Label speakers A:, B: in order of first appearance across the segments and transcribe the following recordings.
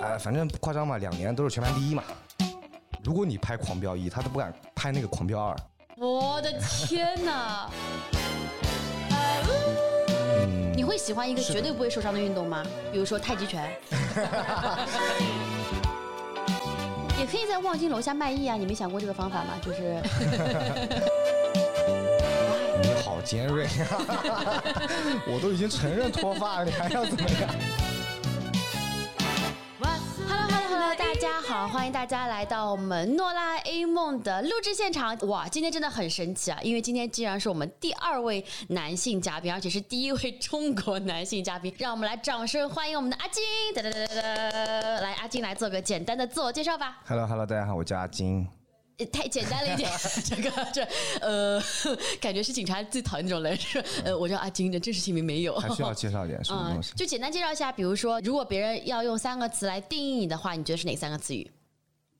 A: 呃，反正不夸张嘛，两年都是全盘第一嘛。如果你拍《狂飙一》，他都不敢拍那个《狂飙二》。
B: 我的天哪！
A: 嗯
B: 你会喜欢一个绝对不会受伤的运动吗？比如说太极拳。也可以在望京楼下卖艺啊！你没想过这个方法吗？就是
A: 你好尖锐， 我都已经承认脱发了，你还要怎么样？
B: Hello Hello Hello，大家好，欢迎大家来到我们诺拉 A 梦的录制现场。哇，今天真的很神奇啊！因为今天竟然是我们第二位男性嘉宾，而且是第一位中国男性嘉宾。让我们来掌声欢迎我们的阿金！哒哒哒哒哒，来，阿金来做个简单的自我介绍吧。
A: Hello Hello，大家好，我叫阿金。
B: 呃太简单了 一点，这个这呃，感觉是警察最讨厌那种人。是呃，我叫阿金的真实姓名没有，
A: 还需要介绍一点什么
B: 嗯
A: 东西，？
B: 就简单介绍一下，比如说，如果别人要用三个词来定义你的话，你觉得是哪三个词语？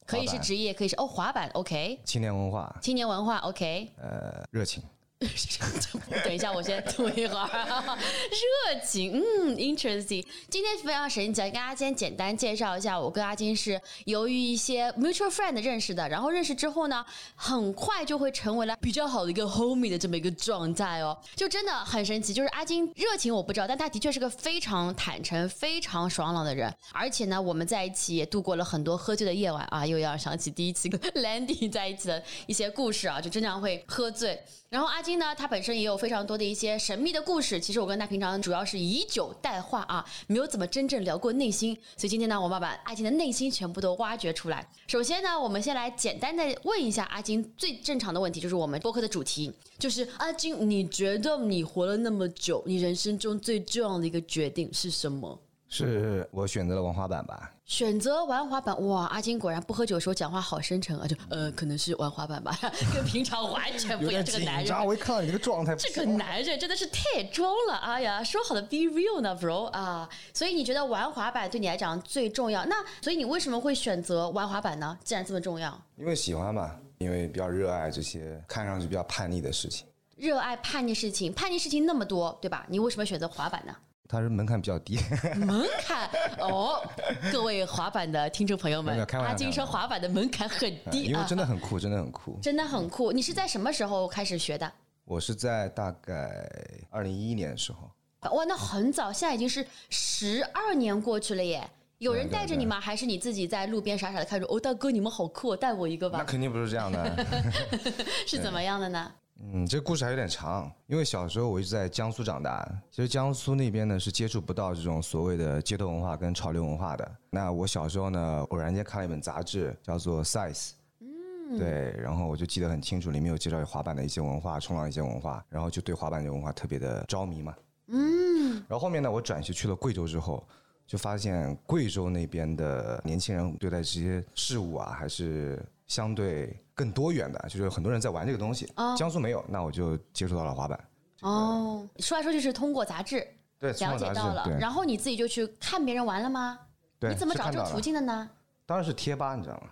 B: 可以是职业，可以是哦，滑板，OK，
A: 青年文化，
B: 青年文化，OK。
A: 呃，热情。
B: 等一下，我先吐一会儿。 热情，嗯，interesting。今天非常神奇，跟大家先简单介绍一下，我跟阿金是由于一些 mutual friend 认识的，然后认识之后呢，很快就会成为了比较好的一个 homie 的这么一个状态哦，就真的很神奇。就是阿金热情我不知道，但他的确是个非常坦诚、非常爽朗的人，而且呢，我们在一起也度过了很多喝醉的夜晚啊，又要想起第一期跟 Landy 在一起的一些故事啊，就经常会喝醉。然后阿金呢，他本身也有非常多的一些神秘的故事。其实我跟他平常主要是以酒代话啊，没有怎么真正聊过内心。所以今天呢，我们要把阿金的内心全部都挖掘出来。首先呢，我们先来简单的问一下阿金最正常的问题，就是我们播客的主题，就是阿金，你觉得你活了那么久，你人生中最重要的一个决定是什么？
A: 是我选择了玩滑板吧？
B: 选择玩滑板，哇！阿金果然不喝酒的时候讲话好深沉啊，就呃，可能是玩滑板吧， 跟平常完全不一样。哎这个男人，
A: 我一看到你这个状态，
B: 这个男人真的是太装了，哎呀，说好的 be real 呢，bro 啊！所以你觉得玩滑板对你来讲最重要？那所以你为什么会选择玩滑板呢？既然这么重要，
A: 因为喜欢嘛，因为比较热爱这些看上去比较叛逆的事情，
B: 热爱叛逆事情，叛逆事情那么多，对吧？你为什么选择滑板 呢？
A: 它是门槛比较低。
B: 门槛哦，各位滑板的听众朋友们
A: 没有，开玩笑
B: 阿金说滑板的门槛很低
A: 因为
B: 啊，
A: 真的很酷，真的很酷。
B: 真的很酷。你是在什么时候开始学的？
A: 我是在大概二零一一年的时候，
B: 哇，那很早，现在已经是十二年过去了耶。有人
A: 对对
B: 带着你吗？还是你自己在路边傻傻的看着？哦，大哥，你们好酷，带我一个
A: 那
B: 吧，
A: 肯定不是这样 的。
B: 是怎么样的呢？
A: 嗯，这个故事还有点长，因为小时候我一直在江苏长大，其实江苏那边呢是接触不到这种所谓的街头文化跟潮流文化的。那我小时候呢，偶然间看了一本杂志，叫做《Size》。对，
B: 嗯
A: 然后我就记得很清楚，里面有介绍滑板的一些文化、冲浪一些文化，然后就对滑板这个文化特别的着迷嘛。嗯。然后后面呢，我转学去了贵州之后，就发现贵州那边的年轻人对待这些事物啊，还是相对更多元的，就是有很多人在玩这个东西。江苏没有，那我就接触到了滑板。
B: 哦，说来说去是通过杂志
A: 对，
B: 了
A: 冲
B: 解
A: 浪杂
B: 到
A: 志
B: 了，
A: 对
B: 然后你自己就去看别人玩了吗？
A: 对，
B: 你怎么
A: 是
B: 找
A: 看
B: 这个
A: 到
B: 途
A: 了？
B: 径的呢？
A: 当然是贴吧，你知道吗？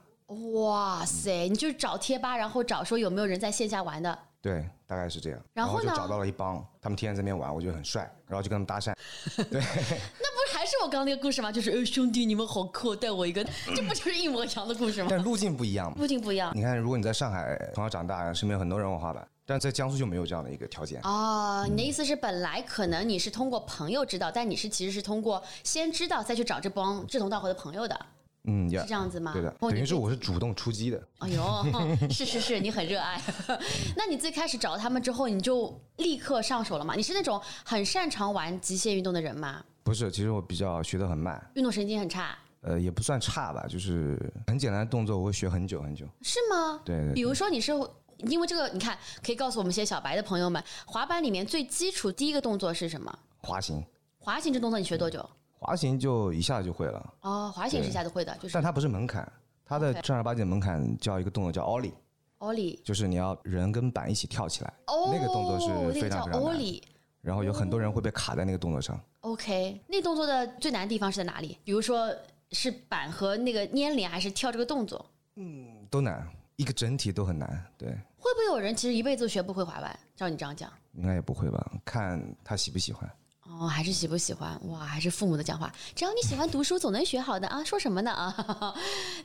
B: 哇塞，你就找贴吧，然后找说有没有人在线下玩的。
A: 对，大概是这样。
B: 然后
A: 就
B: 呢
A: 找到了一帮，他们天天在那边玩，我觉得很帅，然后就跟他们搭讪。
B: 那不是还是我刚刚那个故事吗？就是呃，兄弟，你们好酷，带我一个，这不就是一模一样的故事 吗？
A: 但路径不一样嘛。
B: 路径不一样
A: 你看，如果你在上海从小长大，身边有很多人玩滑板，但在江苏就没有这样的一个条件。
B: 哦，
A: 嗯
B: 你的意思是，本来可能你是通过朋友知道，但你是其实是通过先知道，再去找这帮志同道合的朋友的，
A: 嗯，也
B: 是这样子吗？
A: 对的，
B: 哦
A: 等于是。我是主动出击的。
B: 你哎呦， 是是是，你很热爱。 那你最开始找他们之后，你就立刻上手了吗？你是那种很擅长玩极限运动的人吗？
A: 不是，其实我比较学得很慢，
B: 运动神经很差
A: 呃，也不算差吧，就是很简单的动作，我会学很久很久。
B: 是吗？
A: 对对对
B: 比如说你是因为这个，你看可以告诉我们一些小白的朋友们，滑板里面最基础第一个动作是什么？
A: 滑行，
B: 滑行这动作你学
A: 嗯
B: 多久？
A: 滑行就一下就会了，
B: 哦，滑行是一下子会的，就是
A: 但它不是门槛，它的
B: OK
A: 正儿八经门槛叫一个动作叫 ollie，
B: ollie。
A: 就是你要人跟板一起跳起来，
B: 哦，
A: 那个动作是非常
B: 那
A: 非
B: 个叫
A: 常
B: 欧
A: 难。
B: 里。
A: 然后有很多人会被卡在那个动作上。
B: OK，那动作的最难的地方是在哪里？比如说是板和那个粘连，还是跳这个动作？
A: 都难，一个整体都很难。对，
B: 会不会有人其实一辈子学不会滑板？照你这样讲，
A: 应该也不会吧？看他喜不喜欢。
B: 哦，还是喜不喜欢？哇，还是父母的讲话。只要你喜欢读书，总能学好的啊！说什么呢 啊？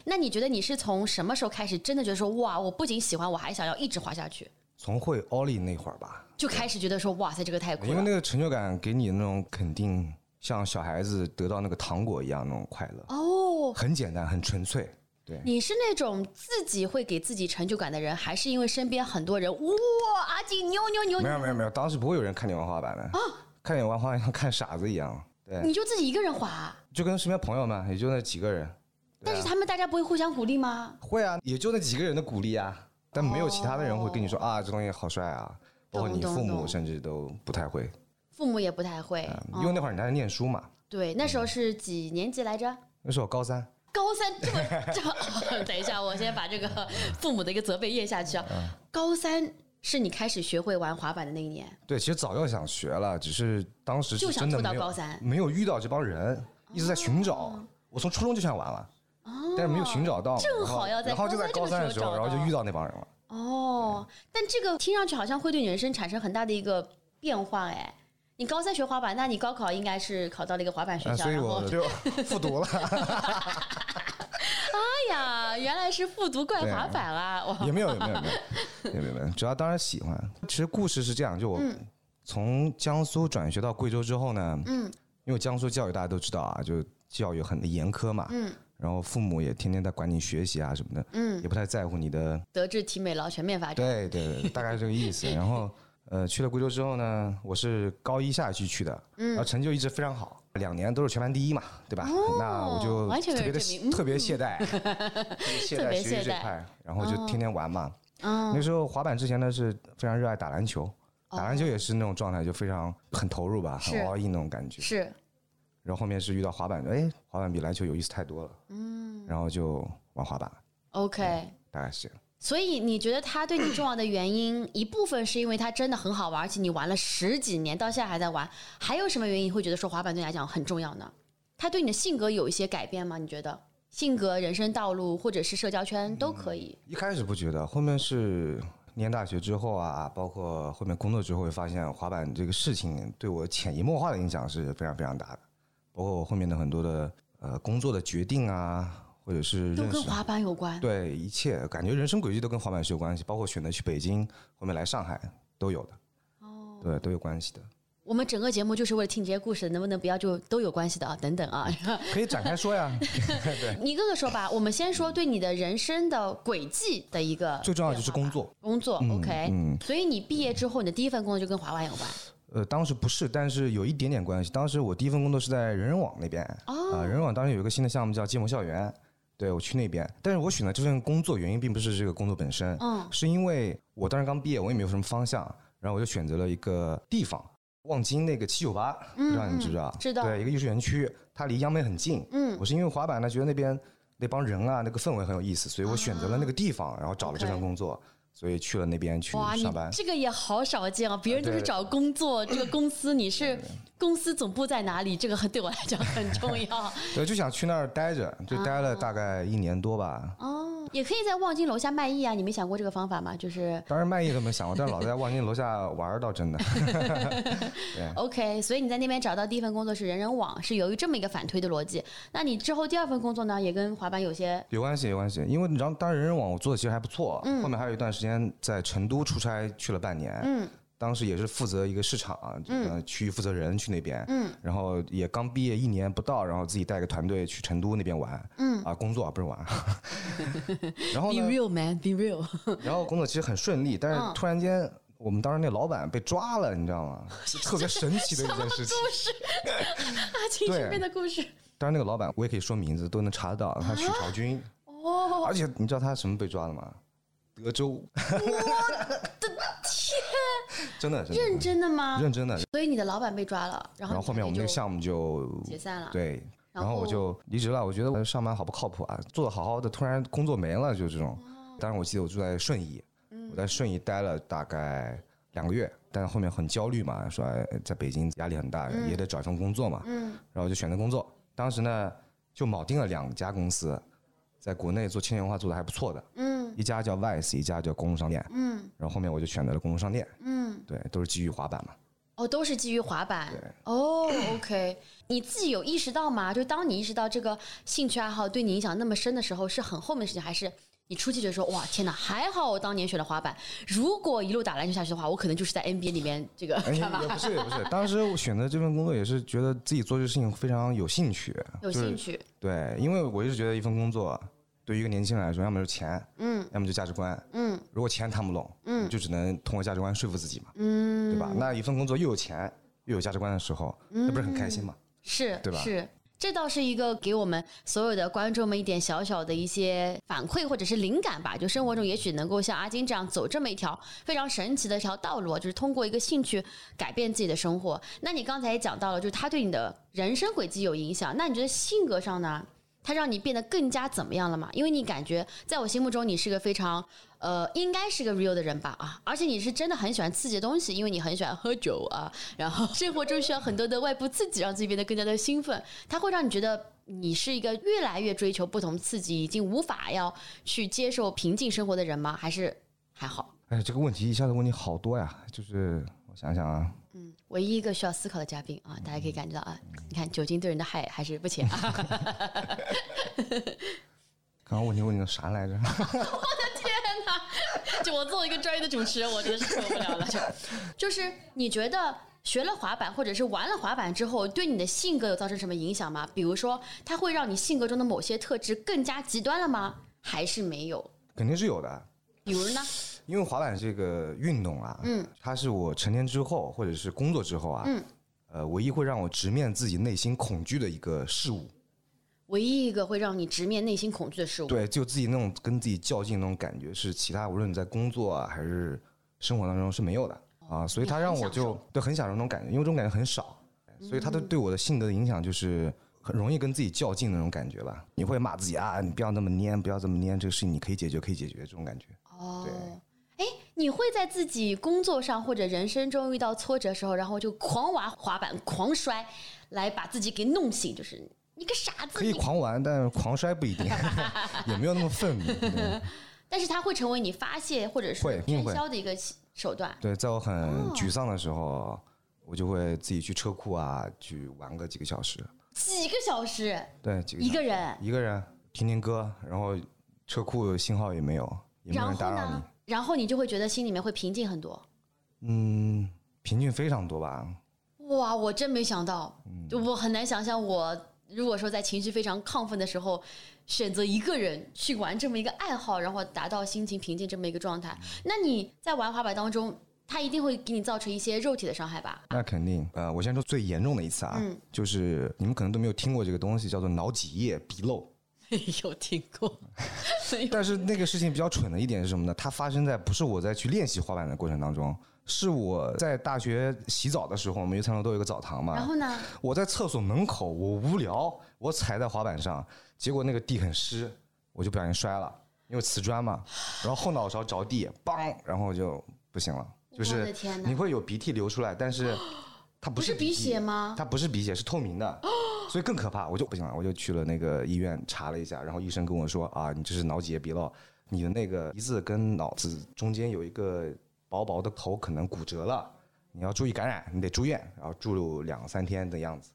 B: 那你觉得你是从什么时候开始真的觉得说哇，我不仅喜欢，我还想要一直滑下去，
A: 从会 Ollie 那会儿吧，
B: 就开始觉得说哇塞，这个太酷
A: 因为那
B: 了。
A: 个成就感给你那种肯定，像小孩子得到那个糖果一样那种快乐，
B: 哦，
A: 很简单，很纯粹。对，
B: 你是那种自己会给自己成就感的人，还是因为身边很多人哇，阿锦牛牛牛，
A: 没有没有没有，当时不会有人看你玩滑板的，
B: 哦
A: 看你玩滑板像看傻子一样。对，啊
B: 你就自己一个人滑，
A: 就跟身边朋友嘛，也就那几个人。对
B: 但
A: 啊
B: 是他们大家不会互相鼓励吗？
A: 会啊，也就那几个人的鼓励啊，但没有其他的人会跟你
B: 哦
A: 说、啊，这东西好帅啊，包括
B: 懂
A: 你
B: 懂
A: 父
B: 懂
A: 母甚至都不太会，
B: 父母也不太会，哦
A: 因为那会儿你还在念书嘛，
B: 对，那时候是几年级来着？
A: 那时候我高三，
B: 高三这么 这么，等一下，我先把这个父母的一个责备咽下去啊。
A: 嗯
B: 高三是你开始学会玩滑板的那一年，
A: 对，其实早就想学了，只是当时
B: 就是想
A: 真的
B: 拖到
A: 没有
B: 高三哦
A: 没有遇到这帮人，一直在寻找。我从初中就想玩了，但是没有寻找到，
B: 正
A: 然后
B: 好要在
A: 然后就
B: 高
A: 在
B: 三这
A: 高
B: 个
A: 三的
B: 时
A: 时
B: 候
A: 候，
B: 找
A: 然后就
B: 到
A: 遇到那帮人了。
B: 哦，但这个听上去好像会对你人生产生很大的一个变化哎。你高三学滑板，那你高考应该是考到了一个滑板学
A: 呃
B: 校，
A: 所以
B: 然
A: 我
B: 后
A: 就复读了。
B: 哎呀，原来是复读怪
A: 对
B: 滑板啊！哇，
A: 也没有，也没 有，也没有，也没有，没有。主要当然喜欢。其实故事是这样，就我从江苏转学到贵州之后呢，嗯，因为江苏教育大家都知道啊，就教育很严苛嘛，嗯，然后父母也天天在管你学习啊什么的，嗯，也不太在乎你的，
B: 德智体美劳全面 发展。
A: 对对对，大概是这个意思。 然后呃，去了贵州之后呢，我是高一下学期去的，嗯，然后成绩就一直非常好，两年都是全班第一嘛，对吧？那我就
B: 完全没
A: 特别
B: 有
A: 的
B: 证明
A: 特别懈怠，嗯特
B: 特
A: 别懈
B: 别
A: 怠哦学习
B: 懈
A: 这
B: 怠
A: 块，然后就天天玩嘛。那时候滑板之前呢是非常热爱打篮球，打篮球也是那种状态，就非常很投入吧，很
B: 是
A: all in 那种感觉。
B: 是，
A: 然后后面是遇到滑板，哎，滑板比篮球有意思太多了，嗯，然后就玩滑板，
B: OK。
A: 大概是这样。
B: 所以你觉得它对你重要的原因，一部分是因为它真的很好玩，而且你玩了十几年，到现在还在玩，还有什么原因会觉得说滑板对你来讲很重要呢？它对你的性格有一些改变吗？你觉得性格、人生道路或者是社交圈都可以？
A: 一开始不觉得，后面是念大学之后啊，包括后面工作之后，会发现滑板这个事情对我潜移默化的影响是非常非常大的，包括我后面的很多的呃工作的决定啊，或者是
B: 都
A: 认
B: 跟
A: 识
B: 滑板有关。
A: 对，一切感觉人生轨迹都跟滑板是有关系，包括选择去北京，后面来上海都有的。哦，对，都有关系的，
B: 我们整个节目就是为了听你这些故事，能不能不要就都有关系的啊？等等啊，
A: 可以展开说 呀。
B: 你一个个说吧。我们先说对你的人生的轨迹的一个
A: 最重要的就是
B: 变
A: 工
B: 化吧。
A: 作，
B: 工作、
A: 嗯
B: OK，、
A: 嗯
B: 所以你毕业之后，你的第一份工作就跟滑板有关。
A: 呃，当时不是，但是有一点点关系。当时我第一份工作是在人人网那边，啊、
B: 哦
A: 人人网当时有一个新的项目叫建模校园，对我去那边，但是我选的这份工作原因并不是这个工作本身，
B: 嗯
A: 是因为我当时刚毕业，我也没有什么方向，然后我就选择了一个地方，望京那个七九八，不知道你知不知道？
B: 嗯知道
A: 对，一个艺术园区，它离央美很近。
B: 嗯，
A: 我是因为滑板呢，觉得那边那帮人啊，那个氛围很有意思，所以我选择了那个地方，然后找了这
B: 哦 OK
A: 份工作，所以去了那边去
B: 哇，你
A: 上班。
B: 这个也好少见啊！别人都是找工作，这个公司你是公司总部在哪里？这个很对我来讲很重 要
A: 对，就想去那儿待着，就待了大概一年多吧。
B: 哦。也可以在望京楼下卖艺啊！你没想过这个方法吗？就是
A: 当时卖艺都没想过，但是老在 望京楼下玩儿倒真的。
B: OK，所以你在那边找到第一份工作是人人网，是由于这么一个反推的逻辑。那你之后第二份工作呢，也跟滑板有些
A: 有关系，有关系，因为你知道，当时人人网我做的其实还不错，后面还有一段时间在成都出差去了半年，嗯，当时也是负责一个市场，嗯，区域负责人去那边，嗯，然后也刚毕业一年不到，然后自己带个团队去成都那边玩，嗯，啊，工作啊不是 玩，然后
B: be
A: 呢，
B: real man，be real，
A: 然后工作其实很顺利，但是突然间。我们当时那老板被抓了，你知道 吗？是特别神奇的一件事情。
B: 阿青
A: 对
B: 身边的故事
A: 当然，那个老板我也可以说名字，都能查得到，他许朝军。
B: 哦，
A: 而且你知道他什么被抓的吗？德州。我的天！ 真的，真的
B: 认真的吗？
A: 认真的。
B: 所以你的老板被抓了，然
A: 然后
B: 后
A: 后面我们
B: 你
A: 这
B: 就
A: 个项目就
B: 解散了。
A: 对，
B: 然
A: 然后我
B: 后
A: 就离职了。我觉得上班好不靠谱啊，做的好好的，突然工作没了，就这种。
B: 哦
A: 当时我记得我住在顺义，
B: 嗯
A: 我在顺义待了大概两个月，但后面很焦虑嘛，说哎在北京压力很大，
B: 嗯
A: 也得找一份工作嘛。然后就选择工作。当时呢，就铆定了两家公司，在国内做青年文化做的还不错的，
B: 嗯
A: 一家叫 Vice，一家叫公路商店。
B: 嗯
A: 然后后面我就选择了公路商店，
B: 嗯，
A: 对，都是基于滑板嘛。
B: 哦，都是基于滑板。哦，OK，你自己有意识到吗？就当你意识到这个兴趣爱好对你影响那么深的时候，是很后面的事情，还是你出去就说哇天哪，还好我当年学了滑板，如果一路打篮球下去的话，我可能就是在 NBA 里面这个
A: 哎，也
B: 干嘛？
A: 不是也不是，当时我选择这份工作也是觉得自己做这个事情非常有兴趣，
B: 有
A: 就是
B: 兴趣，
A: 对，因为我一直觉得一份工作对于一个年轻人来说，要么就是钱，嗯，要么就价值观，嗯，如果钱谈不拢，嗯，就只能通过价值观说服自己嘛，嗯，对吧？那一份工作又有钱又有价值观的时候，那不是很开心嘛？
B: 是，
A: 对吧
B: 是。这倒是一个给我们所有的观众们一点小小的一些反馈或者是灵感吧。就生活中也许能够像阿金这样走这么一条非常神奇的一条道路啊，就是通过一个兴趣改变自己的生活。那你刚才也讲到了，就是它对你的人生轨迹有影响。那你觉得性格上呢？它让你变得更加怎么样了吗？因为你感觉在我心目中你是个非常呃，应该是个 real 的人吧啊，而且你是真的很喜欢刺激的东西，因为你很喜欢喝酒啊，然后生活中需要很多的外部刺激，让自己变得更加的兴奋，它会让你觉得你是一个越来越追求不同刺激，已经无法要去接受平静生活的人吗？还是还好？
A: 哎，这个问题一下子问你好多呀，就是我想想啊，
B: 嗯，唯一一个需要思考的嘉宾啊，大家可以感觉到啊，你看酒精对人的害还是不浅啊。
A: 刚刚问题问你个啥来着？
B: 就我作为一个专业的主持人，我真的是受不了了。就就是你觉得学了滑板或者是玩了滑板之后，对你的性格有造成什么影响吗？比如说，它会让你性格中的某些特质更加极端了吗？还是没有？
A: 肯定是有的，
B: 比如呢？
A: 因为滑板这个运动啊，嗯，它是我成年之后或者是工作之后啊，嗯，呃，唯一会让我直面自己内心恐惧的一个事物。
B: 唯一一个会让你直面内心恐惧的事物，
A: 对，就自己那种跟自己较劲那种感觉，是其他无论你在工作啊还是生活当中是没有的啊，所以
B: 你
A: 它
B: 哦很
A: 让我
B: 享
A: 就
B: 受
A: 对很享受那种感觉，因为这种感觉很少，所以它对对我的性格的影响就是很容易跟自己较劲那种感觉吧。你会骂自己啊，你不要那么蔫，不要这么蔫，这个事情你可以解决，可以解决这种感觉。
B: 哦。哎，你会在自己工作上或者人生中遇到挫折的时候，然后就狂玩滑板、狂摔，来把自己给弄醒，就是你个傻子，
A: 可以
B: 你
A: 狂玩，但狂摔不一 定，也没有那么愤怒。对
B: 但是它会成为你发泄或者
A: 会
B: 是
A: 一定
B: 偏
A: 会
B: 消的一个手手段。
A: 对，在我很
B: 哦
A: 沮丧的时候，我就会自己去车库啊，去玩个几个小时。
B: 几个小时
A: 对，几个
B: 一
A: 小时
B: 个人，
A: 一个人听听歌，然后车库信号也没有，也没有
B: 然
A: 人
B: 后
A: 打扰
B: 呢
A: 你。？
B: 然后你就会觉得心里面会平静很多。
A: 嗯，平均非常多吧。
B: 哇，我真没想到，
A: 嗯
B: 就我很难想象我。如果说在情绪非常亢奋的时候，选择一个人去玩这么一个爱好，然后达到心情平静这么一个状
A: 嗯
B: 态，那你在玩滑板当中，它一定会给你造成一些肉体的伤害吧？
A: 那肯定，呃，我先说最严重的一次啊，
B: 嗯
A: 就是你们可能都没有听过这个东西，叫做脑脊液鼻漏。
B: 没 有听过，没 有
A: 但是那个事情比较蠢的一点是什么呢？它发生在不是我在去练习滑板的过程当中，是我在大学洗澡的时候，我们游餐楼都有一个澡堂
B: 然
A: 嘛。
B: 后呢？
A: 我在厕所门口，我无聊，我踩在滑板上，结果那个地很湿，我就不小心摔了，因为瓷砖嘛，然后后脑勺着地，梆，然后就不行了，就
B: 我的
A: 是
B: 天哪
A: 你会有鼻涕流出来，但是它不
B: 不
A: 是
B: 是鼻血吗？
A: 它不是鼻血，是透明的，所以更可怕。我就不行了，我就去了那个医院查了一下，然后医生跟我说啊，你这是脑脊液鼻漏，你的那个鼻子跟脑子中间有一个薄薄的头，可能骨折了，你要注意感染，你得住院，然后住了两三天的样子。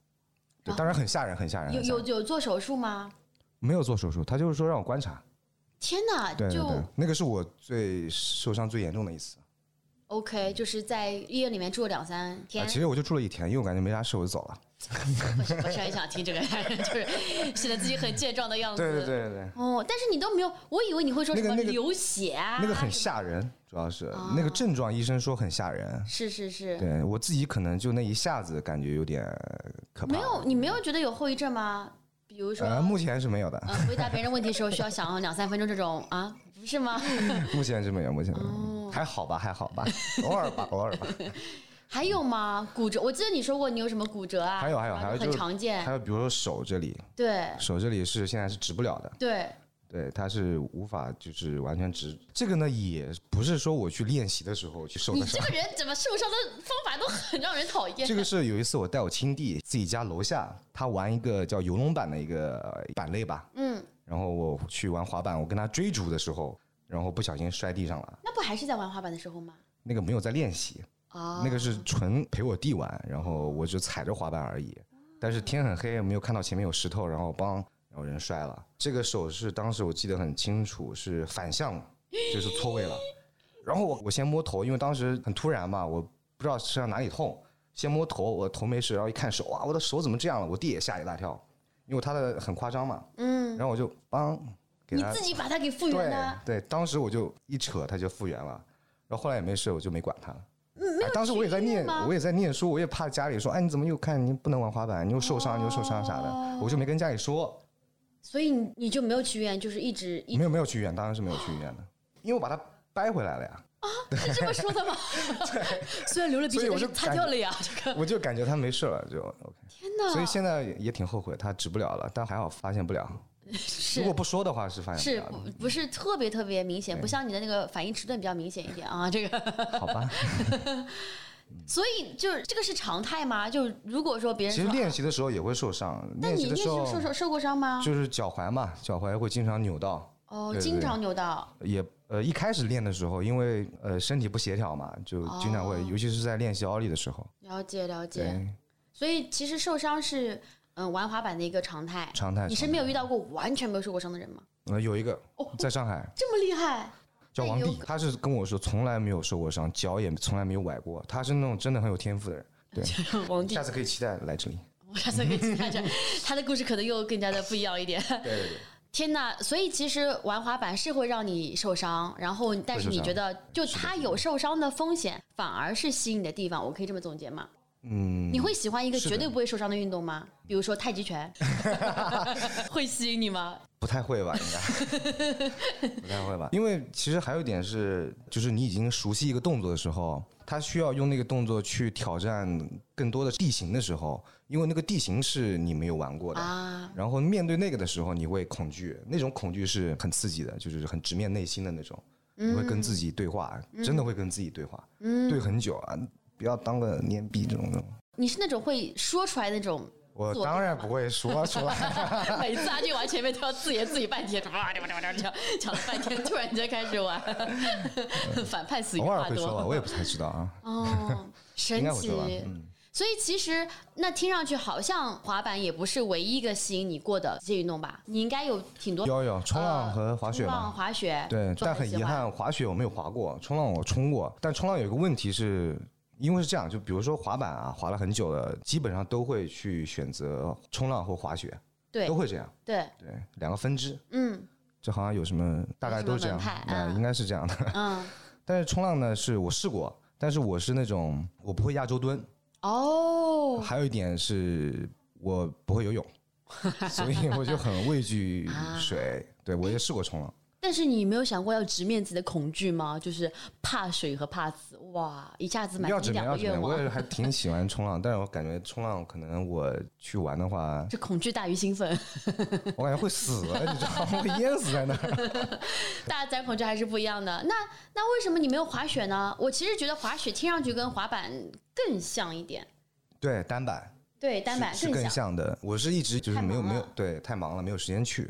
A: 对，当然很吓人，很吓人，
B: 有
A: 很吓
B: 有
A: 人
B: 有做手术吗？
A: 没有做手术，他就是说让我观察。
B: 天哪，
A: 对对
B: 就
A: 对，那个是我最受伤最严重的一次。
B: OK，就是在医院里面住了两三
A: 啊，
B: 天。
A: 其实我就住了一天，因为我感觉没啥事，我就走了。
B: 不是不是很想听这个， 就是显得自己很健壮的样子。
A: 对对对对对。
B: 哦，但是你都没有，我以为你会说
A: 那
B: 什
A: 个
B: 么
A: 那个
B: 流血啊，
A: 那个很吓人，主要是那个症状，医生说很吓人。
B: 是是是，
A: 对我自己可能就那一下子感觉有点可怕。
B: 没有，你没有觉得有后遗症吗？比如说，
A: 呃，
B: 呃，
A: 目前是没有的，
B: 回答别人问题的时候需要想两三分钟这种啊，不是吗？
A: 目前是没有，目前、
B: 哦
A: 还好吧，还好吧，偶尔吧，偶 尔吧。
B: 还有吗？骨折，我记得你说过你有什么骨折啊？
A: 还有还有
B: 然
A: 还
B: 后
A: 有
B: 就
A: 就
B: 很
A: 是
B: 常见
A: 还，有比如说手这里，
B: 对
A: 手这里是现在是治不了的，
B: 对，
A: 对，它是无法就是完全治。这个呢，也不是说我去练习的时候去受
B: 你
A: 的
B: 这
A: 伤
B: 个。人怎么受伤的方法都很让人讨厌。
A: 这个是有一次我带我亲弟自己家楼下，他玩一个叫游龙板的一个呃板类吧，
B: 嗯，
A: 然后我去玩滑板，我跟他追逐的时候，然后不小心摔地上了。
B: 那不还是在玩滑板的时候吗？
A: 那个没有在练习，
B: 哦
A: 那个是纯陪我弟玩，然后我就踩着滑板而已。但是天很黑，没有看到前面有石头，然后帮，然后人摔了。这个手是当时我记得很清楚，是反向，就是错位了。然后我我先摸头，因为当时很突然嘛，我不知道身上哪里痛，先摸头，我头没事，然后一看手，哇，我的手怎么这样了？我弟也吓一大跳，因为他的很夸张嘛。嗯。然后我就帮给
B: 你
A: 他
B: 自己把它给复原啊的，
A: 对对，当时我就一扯，他就复原了，然后后来也没事，我就没管他了。
B: 嗯
A: 哎当时我也在念，我也在念书，我也怕家里说，哎，你怎么又看你不能玩滑板，你又受伤，你又受伤啥
B: 哦
A: 的，我就没跟家里说，
B: 所以你你就没有去医院，就是一直一
A: 没有没有去医院，当然是没有去医院的，因为我把它掰回来了呀，
B: 是这么说的吗？虽然流了鼻
A: 所
B: 血，
A: 以
B: 但
A: 我
B: 是
A: 就
B: 擦
A: 感
B: 掉了呀，这个
A: 我就感觉他没事了，就 OK，
B: 真的。
A: 所以现在也挺后悔，他治不了了，但还好发现不了，
B: 是
A: 如果不说的话是发
B: 是
A: 现不了
B: 不不是特别特别明显，不像你的那个反应迟钝比较明显一点啊。这个，
A: 的，好吧？
B: 所以就是这个是常态吗？就是如果说 别
A: 嗯
B: 人
A: 其实
B: 说，啊
A: 练习的时候也会受伤，
B: 那
A: 练
B: 你
A: 习的
B: 练
A: 时
B: 习
A: 候
B: 受受受过伤吗？
A: 就是脚踝嘛，脚踝会经常扭到。
B: 哦，
A: 对对
B: 经常扭到，
A: 也呃一开始练的时候，因为呃身体不协调嘛，就经常会，
B: 哦
A: 尤其是在练习奥利的时候，哎
B: 了解了解。
A: 对，
B: 所以其实受伤是嗯玩滑板的一个常态。
A: 常态
B: 你。身边有遇到过完全没有受过伤的人吗？
A: 呃，有一个
B: 哦
A: 在上海
B: 这么厉害，
A: 叫
B: 那
A: 王
B: 有
A: 帝，他是跟我说从来没有受过伤，脚也从来没有崴过，他是那种真的很有天赋的人。
B: 王帝
A: 下，次可以期待来这里。
B: 我下次可以 期待着他的故事，可能又更加的不一样一点。
A: 对对对，
B: 天呐！所以其实玩滑板是会让你受伤，然后但是
A: 会受
B: 你
A: 伤
B: 觉得就它有受伤的风险，反而是吸引你的地方，我可以这么总结吗？
A: 嗯，
B: 你会喜欢一个
A: 是的
B: 绝对不会受伤的运动吗？比如说太 极拳，会吸引你吗？
A: 不太会吧？应该 不太会吧？因为其实还有一点是，就是你已经熟悉一个动作的时候，他需要用那个动作去挑战更多的地形的时候，因为那个地形是你没有玩过的。
B: 啊，
A: 然后面对那个的时候，你会恐惧，那种恐惧是很刺激的，就是很直面内心的那种。
B: 嗯
A: 你会跟自己对话，真的会跟自己对话，对很久啊！不要当个蔫逼这种这种。
B: 你是那种会说出来那种，
A: 我
B: 自我
A: 当然不会说出来，
B: 每次阿俊玩前面都要自言自语半天，哇哇哇哇这样讲了半天，突然间开始玩， 反叛死于
A: 偶尔
B: 话
A: 会说吧，
B: 多。
A: 我也不太知道 啊，
B: 哦，神
A: 应该会
B: 奇
A: 说吧。。嗯，
B: 所以其实那听上去好像滑板也不是唯一一个吸引你过的极限运动吧？你应该有挺多
A: 有有冲浪
B: 呃
A: 和滑雪
B: 冲
A: 吧。
B: 浪、滑雪，
A: 对，
B: 撞
A: 但
B: 了
A: 很
B: 一些
A: 遗
B: 滑，
A: 憾，滑雪我没有滑过，冲浪我冲过，但冲浪有一个问题是。因为是这样，就比如说滑板啊，滑了很久了，基本上都会去选择冲浪或滑雪，
B: 对
A: 都会这样。
B: 对，
A: 对，两个分支，
B: 嗯
A: 这好像有什么，大概
B: 有什
A: 都
B: 么
A: 是这样
B: 门派，
A: 那、
B: 嗯
A: 应该是这样的。
B: 嗯，
A: 但是冲浪呢，是我试过，但是我是那种我不会压洲蹲，
B: 哦，
A: 还有一点是我不会游 泳，所以我就很畏惧
B: 啊
A: 水。对我也试过冲浪，
B: 但是你没有想过要直面自己的恐惧吗？就是怕水和怕死，哇，一下子满
A: 要
B: 足
A: 怎
B: 你
A: 么要
B: 两个
A: 怎么
B: 愿
A: 样，我
B: 望，
A: 也还挺喜欢冲 浪，但是我感觉冲浪可能我去玩的话，
B: 这恐惧大于 兴奋，
A: 我感觉会死了，你知道吗？会淹死在那儿。
B: 大家恐惧还是不一样的。那那为什么你没有滑雪呢？我其实觉得滑雪听上去跟滑板更像一点，
A: 对，单板
B: 对，单板
A: 是是更
B: 像。
A: 像的。我是一直就是没有
B: 太忙了嗯
A: 没有对太忙了，没有时间去。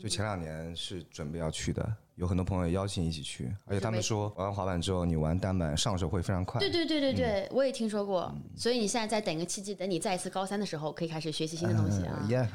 A: 就前两年是准备要去的，有很多朋友邀请一起去，而且他们说玩滑板之后，你玩单板上手会非常快
B: 对。对对对对，我也听说过。所以你现在在等一个契机，等你再一次高三的时候，可以开始学习新的东西啊，
A: 耶，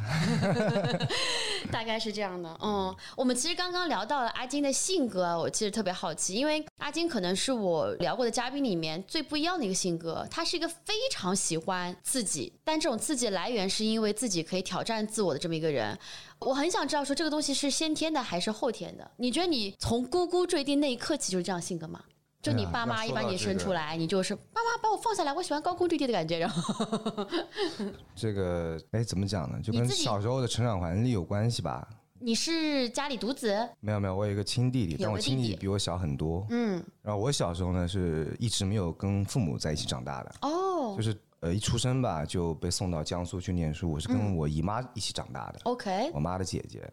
B: 大概是这样的。嗯，我们其实刚刚聊到了阿金的性格啊，我其实特别好奇，因为阿金可能是我聊过的嘉宾里面最不一样的一个性格，他是一个非常喜欢刺激，但这种刺激来源是因为自己可以挑战自我的这么一个人。我很想知道，说这个东西是先天的还是后天的？你觉得你从咕咕坠地那一刻起就是这样性格吗？就你
A: 哎呀
B: 爸
A: 要
B: 妈一
A: 说
B: 把
A: 到
B: 你
A: 这
B: 生
A: 个
B: 出来，你就是爸妈把我放下来，我喜欢高空坠地的感觉，然后
A: 这个哎怎么讲呢？就
B: 你
A: 跟
B: 自己
A: 小时候的成长环境有关系吧。
B: 你是家里独子，
A: 没有没有，我有一个亲弟弟，
B: 有
A: 但我
B: 个
A: 亲
B: 弟
A: 弟
B: 弟
A: 弟比我小很多。
B: 嗯，
A: 然后我小时候呢是一直没有跟父母在一起长大的，
B: 哦
A: 就是呃一出生吧就被送到江苏去念书，我是
B: 嗯
A: 跟我姨妈一起长大的，
B: ，OK，
A: 我妈的姐姐，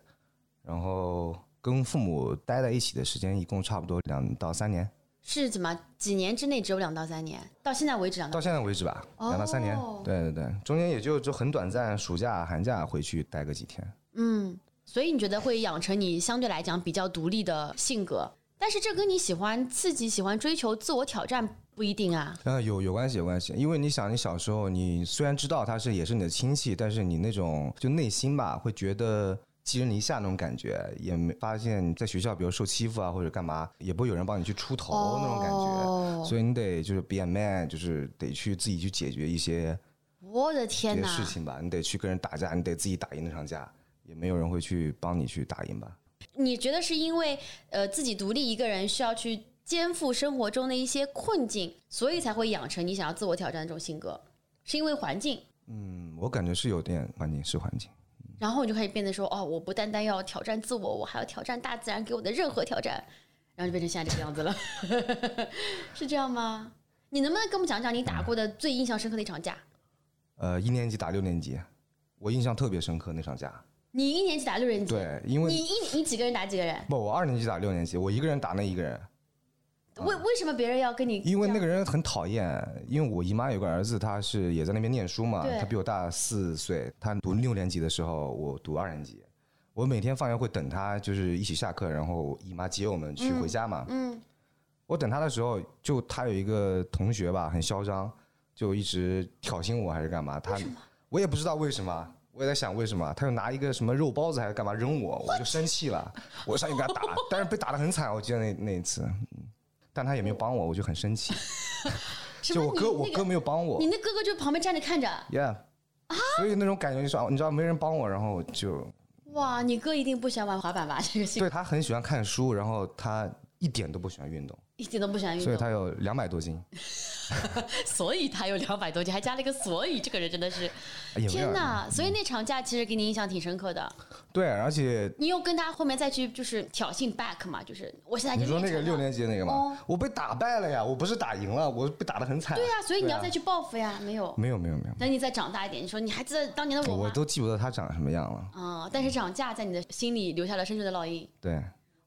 A: 然后跟父母待在一起的时间一共差不多两到三年，
B: 是怎么几年之内只有两到三年，到现在为止两到
A: 到现在为止吧，
B: 哦
A: 两到三年，对对对，中间也就就很短暂，暑假寒假回去待个几天。
B: 嗯，所以你觉得会养成你相对来讲比较独立的性格，但是这跟你喜欢刺激、喜欢追求自我挑战不一定啊，
A: 啊，有有关系，有关系，因为你想，你小时候，你虽然知道他是也是你的亲戚，但是你那种就内心吧，会觉得寄人篱下那种感觉，也没发现你在学校，比如受欺负啊或者干嘛，也不会有人帮你去出头那种感觉，
B: 哦，
A: 所以你得就是 be a man，就是得去自己去解决一些
B: 我的
A: 一
B: 天
A: 些
B: 哪！
A: 事情吧，你得去跟人打架，你得自己打赢那场架，也没有人会去帮你去打赢吧。
B: 你觉得是因为呃自己独立一个人需要去肩负生活中的一些困境，所以才会养成你想要自我挑战的这种性格？是因为环境，
A: 嗯，我感觉是有点环境，是环境。
B: 然后你就开始变得说哦，我不单单要挑战自我，我还要挑战大自然给我的任何挑战，然后就变成现在这个样子了， 是这样吗？你能不能跟我们讲讲你打过的最印象深刻的一场架？
A: 呃，一年级打六年级，我印象特别深刻那场架。
B: 你一年级打六人级，
A: 对，因为
B: 你一你几个人打几个人？
A: 不，我二年级打六年级，我一个人打那一个人，
B: 为为什么别人要跟你这
A: 嗯
B: 样？
A: 因为那个人很讨厌。因为我姨妈有个儿子，他是也在那边念书嘛
B: 对，
A: 他比我大四岁，他读六年级的时候，我读二年级。我每天放学会等他，就是一起下课，然后姨妈接我们去回家嘛。
B: 嗯，
A: 我等他的时候，就他有一个同学吧，很嚣张，就一直挑衅我还是干嘛？他我也不知道为什么，我也在想为什么，他就拿一个什么肉包子还是干嘛扔我，我就生气了，我上去给他打，但是被打得很惨，我记得那那一次，嗯但他也没有帮我，我就很生气，
B: 什
A: 就
B: 么
A: 我哥
B: 你
A: 我
B: 那
A: 哥
B: 个
A: 没有帮我
B: 你啊那哥哥就旁边站着看着，
A: ，yeah，所以那种感觉就是啊你知道没人帮我，然后就
B: 哇，你哥一定不喜欢玩滑板吧？这个性
A: 对他很喜欢看书，然后他一点都不喜欢运动，
B: 一点都不喜欢运
A: 所以
B: 动，
A: 他有两百多斤，
B: 所以他有两百多斤，还加了一个所以，这个人真的是
A: 也没
B: 天
A: 哎有嗯
B: 哪！所以那场架其实给你印象挺深刻的。
A: 对，而且
B: 你有跟他后面再去就是挑衅 back 嘛？就是我哎现在就
A: 你说那个
B: 练成
A: 六
B: 了
A: 年级那个吗？
B: 哦
A: 我被打败了呀，我不是打赢了，我被打得很惨。
B: 对呀、所以你要
A: 对啊
B: 再去报复呀，没有？
A: 没有没有没有，
B: 等你再长大一点，你说你还记得当年的我
A: 我
B: 吗？
A: 都记不得他长什么样了。
B: 啊、但是这场架在你的心里留下了深深的烙印。
A: 对，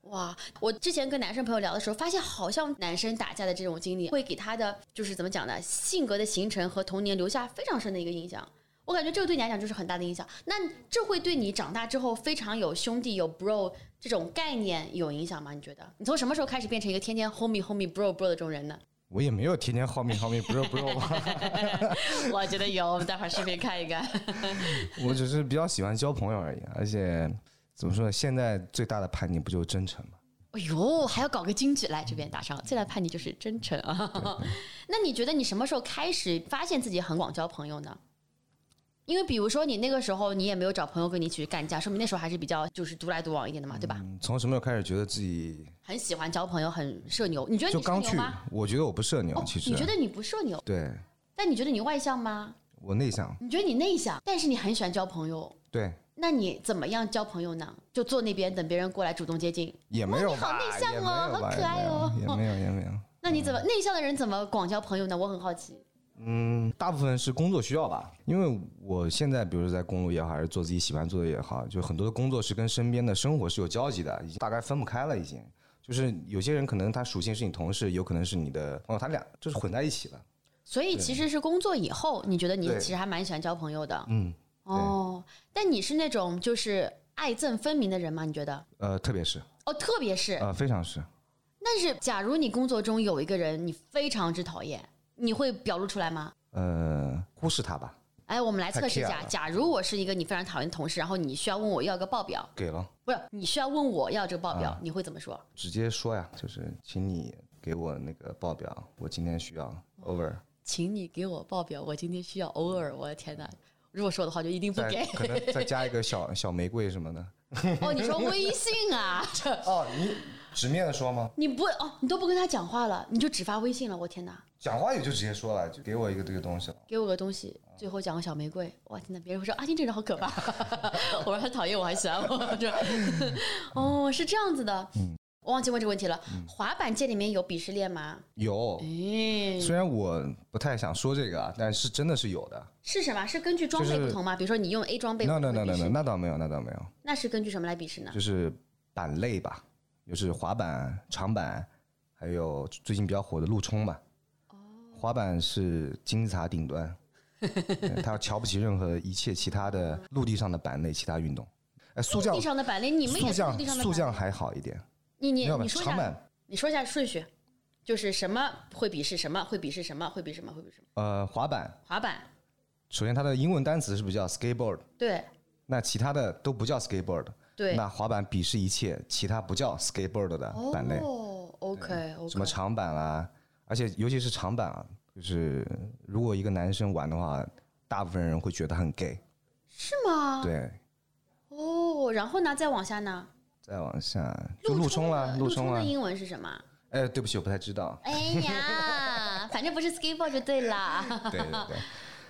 B: 哇，我之前跟男生朋友聊的时候，发现好像男生打架的这种经历，会给他的就是怎么讲呢，性格的形成和童年留下非常深的一个印象。我感觉这个对你来讲就是很大的影响，那这会对你长大之后非常有兄弟有 bro 这种概念有影响吗？你觉得你从什么时候开始变成一个天天 homie homie bro bro 的这种人呢？
A: 我也没有天天好命好命，不是不是吧，
B: 我觉得有，我们待会儿视频看一看。
A: 我只是比较喜欢交朋友而已。而且怎么说呢，现在最大的叛逆不就是真诚吗？
B: 哎呦，还要搞个金句来这边打上，最大的叛逆就是真诚啊。那你觉得你什么时候开始发现自己很广交朋友呢？因为比如说你那个时候你也没有找朋友跟你一起去干架，说明那时候还是比较就是独来独往一点的嘛，对吧？
A: 嗯，从什么时候开始觉得自己
B: 很喜欢交朋友，很社牛。哎你觉得
A: 就
B: 你社
A: 刚
B: 牛
A: 去
B: 吗？？
A: 我觉得我不社牛
B: 哦，，
A: 其实
B: 你觉得你不社牛，
A: 对
B: 但你觉得你外向吗？
A: 我内向，
B: 你觉得你内向，但是你很喜欢交朋友，
A: 对
B: 那你怎么样交朋友呢？就坐那边等别人过来主动接近。
A: 也没有
B: 你好
A: 吧，
B: 内向
A: 也没
B: 哦
A: 有
B: 好
A: 吧
B: 可爱哦
A: 也没有也没有。也没有
B: 那你怎么、内向的人怎么广交朋友呢？我很好奇。
A: 嗯，大部分是工作需要吧，因为我现在，比如说在公路也好，还是做自己喜欢做的也好，就很多的工作是跟身边的生活是有交集的，已经大概分不开了，已经。就是有些人可能他属性是你同事，有可能是你的朋友，他俩就是混在一起了。
B: 所以其实是工作以后，你觉得你
A: 对
B: 其实还蛮喜欢交朋友的
A: 嗯，
B: 哦。但你是那种就是爱憎分明的人吗？你觉得？
A: 呃，特别是，
B: 哦，特别是，
A: 呃，非常是，
B: 但是假如你工作中有一个人你非常之讨厌，你会表露出来吗？
A: 呃，忽视他吧，
B: 哎，我们来测试一
A: 太 care
B: 下，
A: 了
B: 假如我是一个你非常讨厌的同事，然后你需要问我要个报表，
A: 给了，
B: 不是你需要问我要这个报
A: 啊
B: 表，你会怎么说？
A: 直接说呀，就是请你给我那个报表，我今天需要 over，
B: 请你给我报表，我今天需要偶尔。我的天哪！如果说的话，就一定不
A: 再
B: 给
A: 可能再加一个 小小玫瑰什么的。
B: 哦。你说微信啊，这
A: 哦，你直面的说吗？
B: 你不哦，你都不跟他讲话了，你就只发微信了。我天哪，
A: 讲话也就直接说了，就给我一个这个东西了。
B: 给我个东西，最后讲个小玫瑰。哇，天哪，别人会说阿金这人好可怕。我说他讨厌我还喜欢我，这 哦是这样子的。
A: 嗯
B: 我忘记问这个问题了。滑板界里面有鄙视链吗？
A: 有，
B: 哎，
A: 虽然我不太想说这个啊，但是真的是有的。
B: 是什么？是根据装备
A: 就是
B: 不同吗？比如说你用 A 装备，
A: no
B: 会
A: no
B: 不
A: no
B: 会
A: no
B: 鄙视
A: no，那倒没有，那倒没有，
B: 那是根据什么来鄙视呢？
A: 就是板类吧，就是滑板、长板，还有最近比较火的陆冲吧。滑板是金字塔顶端， 对他瞧不起任何一切其他的陆地上的板类其他运动。哎，速降
B: 地，上的板类，你们也
A: 速
B: 是
A: 降，
B: 地上的
A: 速
B: 板类。
A: 降还好一点，
B: 你
A: 没
B: 你
A: 有吧？
B: 你说一
A: 长
B: 下，
A: 板
B: 你说一下顺序。就是什么会鄙视什么，会鄙视什么，会鄙视什么，会鄙视什么。
A: 呃，滑板，
B: 滑板，
A: 首先它的英文单词是不是叫 skateboard？
B: 对
A: 那其他的都不叫 skateboard。
B: 对。
A: 那滑板鄙视一切其他不叫 skateboard 的板类，
B: 哦，OK OK。
A: 什么长板啊，而且尤其是长板啊，就是如果一个男生玩的话，大部分人会觉得很 gay。
B: 是吗？
A: 对，
B: 哦，然后呢？再往下呢？
A: 再往下就陆冲
B: 了
A: 了，，
B: 陆
A: 冲
B: 的
A: 了。
B: 英文是什么？。
A: 哎，对不起，我不太知道
B: 哎呀，反正不是 skateboard 就对了。
A: 对对对。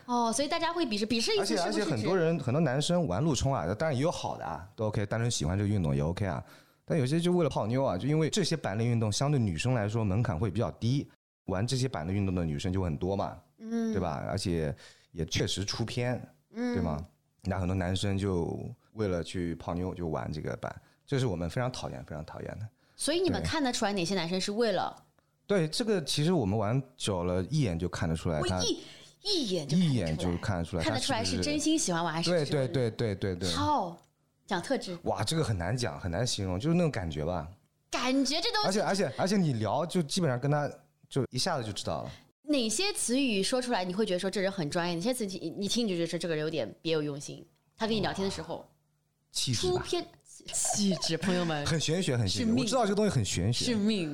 B: 哦，所以大家会鄙视，鄙视意
A: 而
B: 思
A: 且
B: 是
A: 而
B: 不
A: 且
B: 是
A: 很
B: 指
A: 多人很多男生玩路冲啊，当然也有好的啊，都 OK，单纯喜欢这个运动也 OK 啊。但有些就为了泡妞啊，就因为这些板类运动相对女生来说门槛会比较低，玩这些板类运动的女生就很多嘛，
B: 嗯，
A: 对？吧？而且也确实出片，
B: 嗯，
A: 对吗？？那很多男生就为了去泡妞就玩这个板，这是我们非常讨厌、非常讨厌的。
B: 所以你们
A: 对
B: 看得出来哪些男生是为了
A: 对这个，其实我们玩久了，一眼就看得出来
B: 我
A: 哎他，
B: 一一眼就
A: 一眼
B: 看
A: 就
B: 得出
A: 看得出
B: 来
A: 来，
B: 看得出来
A: 是
B: 是
A: 不
B: 真。心喜欢我还是
A: 对
B: 觉得
A: 对对对对对。
B: 好讲特质，
A: 哇，这个很难讲，很难形容，就是那种感觉吧。
B: 嗯感觉这
A: 而
B: 东西
A: 且而且而且你聊就基本上跟他就一下子就知道了。
B: 哪些词语说出来你会觉得说这人很专业，哪些词语你你听你就觉得说这个人有点别有用心。他跟你聊天的时候
A: 气质
B: 出
A: 吧，
B: 偏气质，朋友们
A: 很玄学，很玄学。
B: 是命
A: 我知道这个东西很玄
B: 是
A: 学，
B: 命，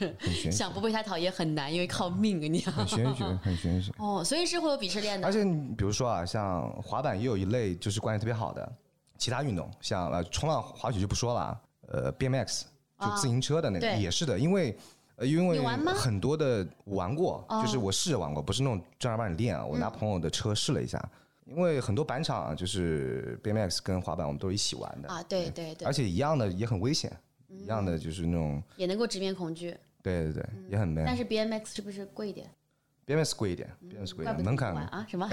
A: 很玄学，
B: 想不被他讨厌很难，因为靠命啊你知道吗
A: 很玄学，很玄学。
B: 哦，所以是会有鄙视链的
A: 而。且你比如说啊，像滑板也有一类就是关系特别好的，其他运动像呃冲浪、滑雪就不说了啊，呃 BMX 就
B: 啊
A: 自行车的那个、
B: 对
A: 也是的，因为。呃，因为
B: 你玩吗
A: 很多的我玩过，
B: 哦嗯
A: 就是我试着玩过，不是那种正儿八经练啊。我拿朋友的车试了一下，因为很多板场啊就是 BMX 跟滑板，我们都是一起玩的，
B: 啊，对对对
A: 而，且一样的也很危险，一样的就是那种
B: 也能够直面恐惧，
A: 对对对，也很
B: 嗯但
A: man。
B: 是 BMX 是不是贵一点？
A: BMX 贵一点，BMX 贵一
B: 怪不
A: 点，
B: 得
A: 门
B: 你不玩
A: 槛
B: 啊？什么？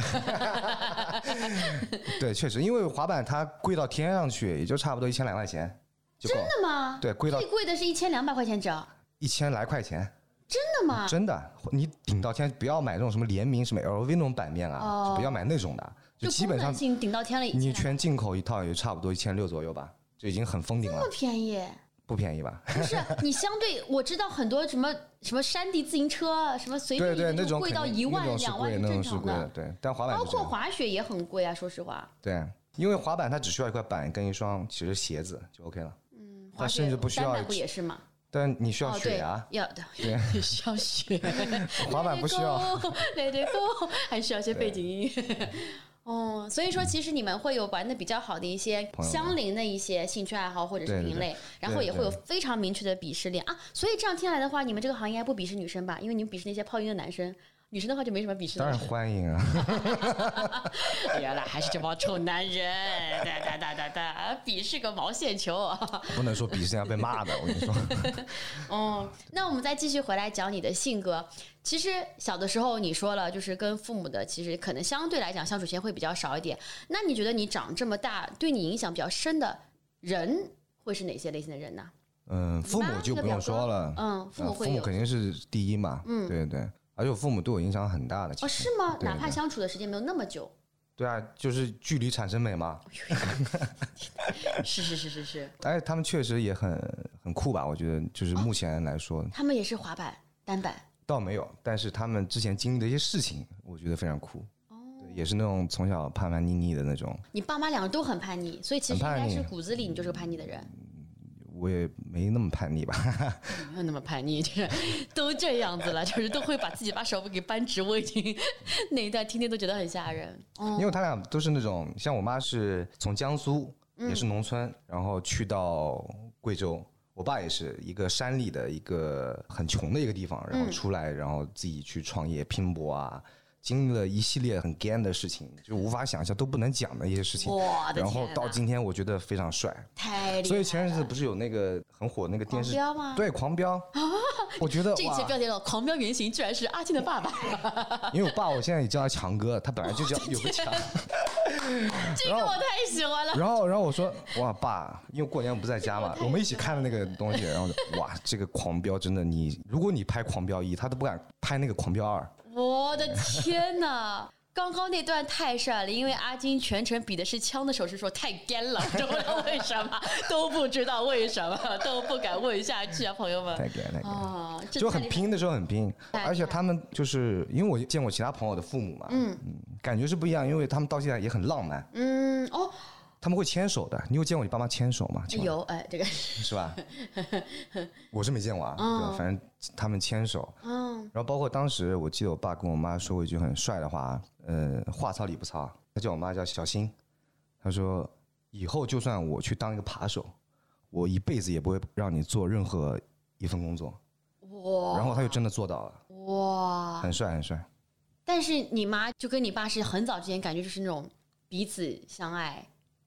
A: 对，确实，因为滑板它贵到天上去，也就差不多一千来块钱就够了。
B: 真的吗？
A: 对，贵到
B: 最贵的是一千两百块钱只要，
A: 一千来块钱，
B: 真的吗？
A: 真的，你顶到天，不要买那种什么联名什么 LV 那种版面啊，
B: 哦
A: 就不要买那种的，
B: 就
A: 基本
B: 功能
A: 上
B: 性顶到天了，一
A: 你
B: 千
A: 全进口一套也差不多一千六左右吧，就已经很封顶
B: 这
A: 了
B: 么，哎 便宜？
A: 不便宜 吧？
B: 不是你相对，我知道很多什么什么山地自行车，啊什么随便
A: 对
B: 一个
A: 对，那
B: 就
A: 种
B: 贵
A: 肯
B: 到一
A: 定那
B: 万
A: 种是
B: 两万
A: 贵，
B: 是
A: 那
B: 正
A: 种是
B: 常
A: 贵的
B: 的，，
A: 对。但滑板
B: 包
A: 不是
B: 括滑雪也很贵啊，说实话。
A: 对，因为滑板它只需要一块板跟一双其实鞋子就 OK 了，
B: 嗯
A: 它
B: 滑雪
A: 甚至不需要
B: 丹麦不也是吗？
A: 但你需要
B: 哦，
A: 雪
B: 对
A: 啊，，
B: 要的，对，需要雪。
A: 滑板不需要。
B: 对对 go，还需要一些背景音乐。哦，所以说其实你们会有玩的比较好的一些
A: 朋友们
B: 相邻的一些兴趣爱好或者是
A: 对对
B: 品
A: 对
B: 类，然后也会有
A: 对
B: 非常明确的鄙视链啊。所以这样听来的话，你们这个行业还不鄙视女生吧？因为你们鄙视那些泡妞的男生，女生的话就没什么鄙视
A: 当然
B: 的。
A: 欢迎 啊，
B: 原来还是这帮臭男人，哒哒哒哒哒，鄙视个毛线球啊！
A: 不能说鄙视人家被骂的，我跟你 说。
B: 哦，那我们再继续回来讲你的性格。其实小的时候你说了，就是跟父母的其实可能相对来讲相处时间会比较少一点。那你觉得你长这么大，对你影响比较深的人会是哪些类型的人呢？
A: 嗯，父母就不用说了，
B: 嗯，父
A: 啊
B: 母
A: 父
B: 会
A: 母
B: 有、
A: 肯定是第一嘛，
B: 嗯
A: 对对。而且我父母对我影响很大的，其
B: 哦，
A: 实。
B: 是吗？
A: 对
B: 哪怕
A: 对
B: 相处的时间没有那么久，
A: 对啊，就是距离产生美嘛。
B: 哦是是是是是，
A: 哎，他们确实也很很酷吧？我觉得就是
B: 哦
A: 目前来说
B: 他们也是滑板、单板。
A: 倒没有，但是他们之前经历的一些事情，我觉得非常酷。对，也是那种从小叛叛逆逆的那种，
B: 你爸妈两个都很叛逆，所以其
A: 很
B: 实应
A: 叛
B: 该
A: 逆
B: 是骨子里你就是个叛逆的人，
A: 我也没那么叛逆吧。
B: 没有那么叛逆，就是都这样子了，就是都会把自己把手给扳直。我已经 那一段听听都觉得很吓人。哦，
A: 因为他俩都是那种，像我妈是从江苏，
B: 嗯
A: 也是农村，然后去到贵州。我爸也是一个山里的一个很穷的一个地方，
B: 嗯
A: 然后出来，然后自己去创业拼搏啊，经历了一系列很干的事情，就无法想象都不能讲的一些事情。
B: 我的
A: 然
B: 天
A: 后
B: 呐
A: 到今天，我觉得非常帅。
B: 太厉害了！
A: 所以前阵子不是有那个很火那个电
B: 狂
A: 视
B: 飙吗？
A: 对《狂 飙》我觉得
B: 这一期
A: 哇，
B: 标题了，狂飙原型居然是阿庆的爸爸，
A: 因为我爸我现在也叫他强哥，他本来就叫
B: 哦
A: 有个强。
B: 这个我太喜欢了。
A: 然后，然后我说：“哇，爸，因为过年不在家嘛，我们一起看了那个东西。”然后就哇，这个《狂飙》真的，你如果你拍《狂飙一》，他都不敢拍那个《狂飙二》。
B: 我的天呐！刚刚那段太帅了，因为阿金全程比的是枪的手势，说太干了，都不知道为什么，都不知道为什么，都不敢问下去啊，朋友 们。
A: 太给太给。
B: 哦，这
A: 就很拼的时候很拼，
B: 哎
A: 而且他们就是因为我见过其他朋友的父母嘛，嗯感觉是不一样，因为他们到现在也很浪漫，
B: 嗯哦，
A: 他们会牵手的。你有见过你爸妈牵手吗？请问
B: 有哎，这个
A: 是吧？我是没见过啊，对吧？反正他们牵手，
B: 嗯
A: 然后包括当时我记得我爸跟我妈说过一句很帅的话，呃，话糙理不糙，他叫我妈叫小新，他说以后就算我去当一个扒手，我一辈子也不会让你做任何一份工作。
B: 哇
A: 然后他就真的做到了，
B: 哇，
A: 很帅很帅。
B: 但是你妈就跟你爸是很早之前感觉就是那种彼此相爱。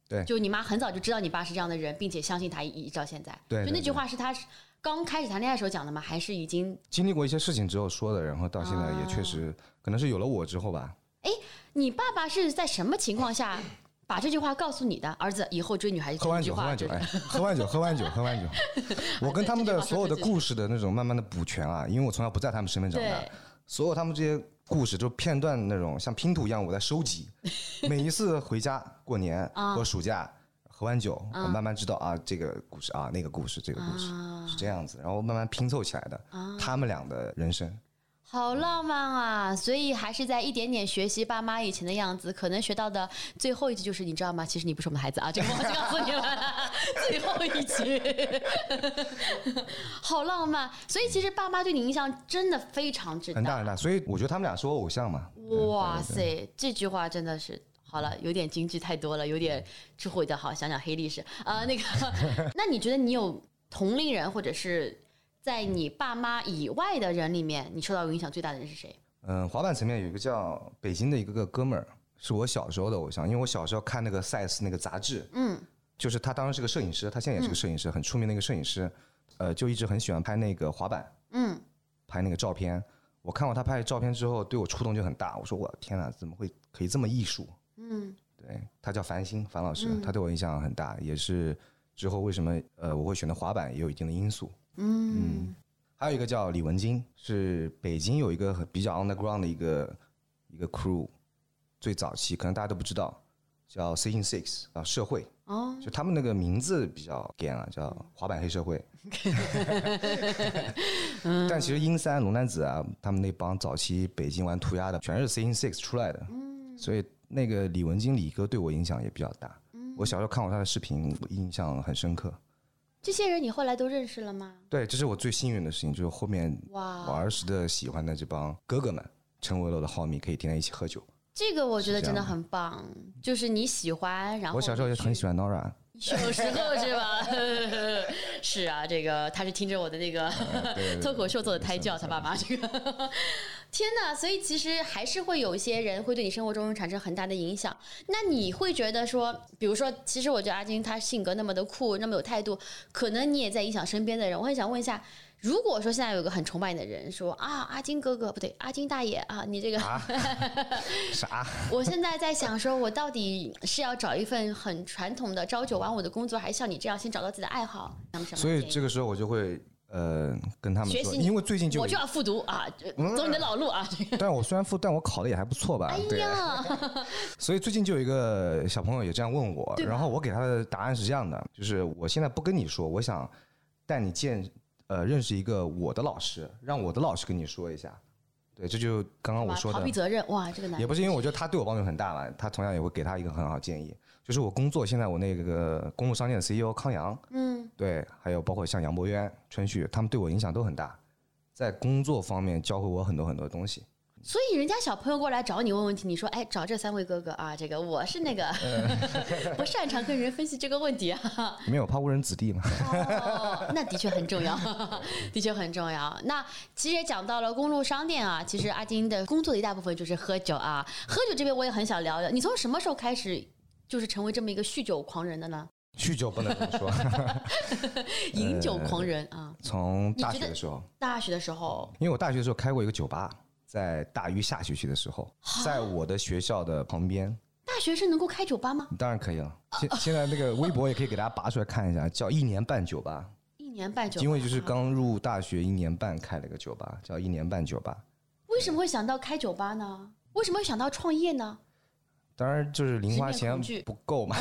A: 对
B: 就你妈很早就知道你爸是这样的人，并且相信他一一直到现在。
A: 对
B: 就
A: 对
B: 那句
A: 对
B: 话是他刚开始谈恋爱时候讲的吗？还是已经
A: 经历过一些事情之后说的，然后到现在也确实，可能是有了我之后吧。
B: 你爸爸是在什么情况下把这句话告诉你的？儿子以后追女孩子
A: 喝
B: 这
A: 完
B: 句
A: 酒，喝
B: 话
A: 完酒，
B: 就是
A: 哎， 喝完酒，喝 完酒，喝完酒。我跟他们的所有的故事的那种慢慢的补全啊，因为我从小不在他们身边长大
B: 对，，
A: 所有他们这些故事，就片段那种像拼图一样，我在收 集。每一次回家过年
B: 啊
A: 或暑假喝完酒，我慢慢知道啊，这个故事啊，那个故事，这个故事
B: 啊
A: 是这样子，然后慢慢拼凑起来的。他们俩的人生，
B: 好浪漫啊！所以还是在一点点学习爸妈以前的样子，可能学到的最后一句就是，你知道吗？其实你不是我们的孩子啊！这个忘记告诉你们了， 最后一句， 好浪漫。所以其实爸妈对你影响真的非常之
A: 很大很大，所以我觉得他们俩是我偶像嘛。
B: 哇塞，这句话真的是。好了，有点京剧太多了，有点智慧的好，想想黑历史。呃， 那个，那你觉得你有同龄人，或者是在你爸妈以外的人里面，你受到影响最大的人是谁？
A: 嗯，滑板层面有一个叫北京的一个个哥们儿，是我小时候的偶像，因为我小时候看那个 Size 那个杂志，
B: 嗯，
A: 就是他当时是个摄影师，他现在也是个摄影师，很出名的一个摄影师，呃，就一直很喜欢拍那个滑板，
B: 嗯，
A: 拍那个照片。我看过他拍的照片之后，对我触动就很大。我说我天哪，怎么会可以这么艺术？
B: 嗯，
A: 对他叫樊鑫，樊老师，他对我影响很大，也是之后为什么呃我会选择滑板也有一定的因素。
B: 嗯，
A: 还有一个叫李文金，是北京有一个很比较 underground 的一个一个 crew，最早期可能大家都不知道，叫 s i n Six 啊，社会，
B: 哦，
A: 就他们那个名字比较 g a 啊，叫滑板黑社会。
B: 嗯
A: 但其实英三、龙丹子啊，他们那帮早期北京玩涂鸦的，全是 s i n Six 出来的，
B: 嗯
A: 所以那个李文金李哥对我影响也比较大。
B: 嗯
A: 我小时候看过他的视频，我印象很深刻。
B: 这些人你后来都认识了吗？
A: 对，这是我最幸运的事情，就是后面我
B: 哇，
A: 儿时的喜欢的这帮哥哥们成为了我的好迷，可以天天一起喝酒。
B: 这个我觉得真的很棒，就是你喜欢，然后
A: 我小时候也很喜欢 Nora，
B: 有时候是吧？ 是啊，这个他是听着我的那个
A: 哎
B: 脱口秀做的胎教，他爸妈这个。 天哪！所以其实还是会有一些人会对你生活中产生很大的影响。那你会觉得说，比如说，其实我觉得阿金他性格那么的酷，那么有态度，可能你也在影响身边的人。我很想问一下，如果说现在有一个很崇拜你的人说啊，阿金哥哥不对，阿金大爷啊，你这个
A: 啥？
B: 我现在在想，说我到底是要找一份很传统的朝九晚五的工作，还是像你这样先找到自己的爱好？那么什么？
A: 所以这个时候我就会呃跟他们
B: 学
A: 说，
B: 习你
A: 因为最近就嗯有
B: 我
A: 一
B: 就要复读啊，走你的老路啊！
A: 但我虽然复，但我考的也还不错吧？
B: 哎
A: 对， 所以最近就有一个小朋友也这样问我，
B: 对吧
A: 然后我给他的答案是这样的：就是我现在不跟你说，我想带你见呃认识一个我的老师，让我的老师跟你说一下。对，这就刚刚我说
B: 逃
A: 的
B: 避，责任，哇，这个男
A: 也
B: 人
A: 不是因为我觉得他对我帮助很大了，他同样也会给他一个很好的建议。就是我工作现在我那个公路商店的 CEO 康阳，
B: 嗯，
A: 对，还有包括像杨博渊、春旭，他们对我影响都很大，在工作方面教会我很多很多东西。
B: 所以人家小朋友过来找你问问题，你说，哎，找这三位哥哥啊，这个我 是那个不擅长跟人分析这个问题啊。
A: 没有怕误人子弟嘛？
B: 哦，那的确很重要，的确很重要。那其实也讲到了公路商店啊，其实阿金的工作的一大部分就是喝酒啊。喝酒这边我也很想聊聊，你从什么时候开始就是成为这么一个酗酒狂人的呢？
A: 酗酒不能这么说，呃
B: 饮酒狂人啊，
A: 从大学的时候，
B: 大学的时候
A: 因为我大学的时候开过一个酒吧，在大一下学期的时候，
B: 啊
A: 在我的学校的旁边，
B: 大学生能够开酒吧吗？
A: 当然可以了。现
B: 啊
A: 现在那个微博也可以给大家拔出来看一下，叫一年半酒吧，
B: 一年半酒吧，啊
A: 因为就是刚入大学一年半开了个酒吧，叫一年半酒吧。
B: 为什么会想到开酒吧呢？为什么会想到创业呢？
A: 当然就是零花
B: 直面
A: 钱
B: 恐惧
A: 不够 嘛，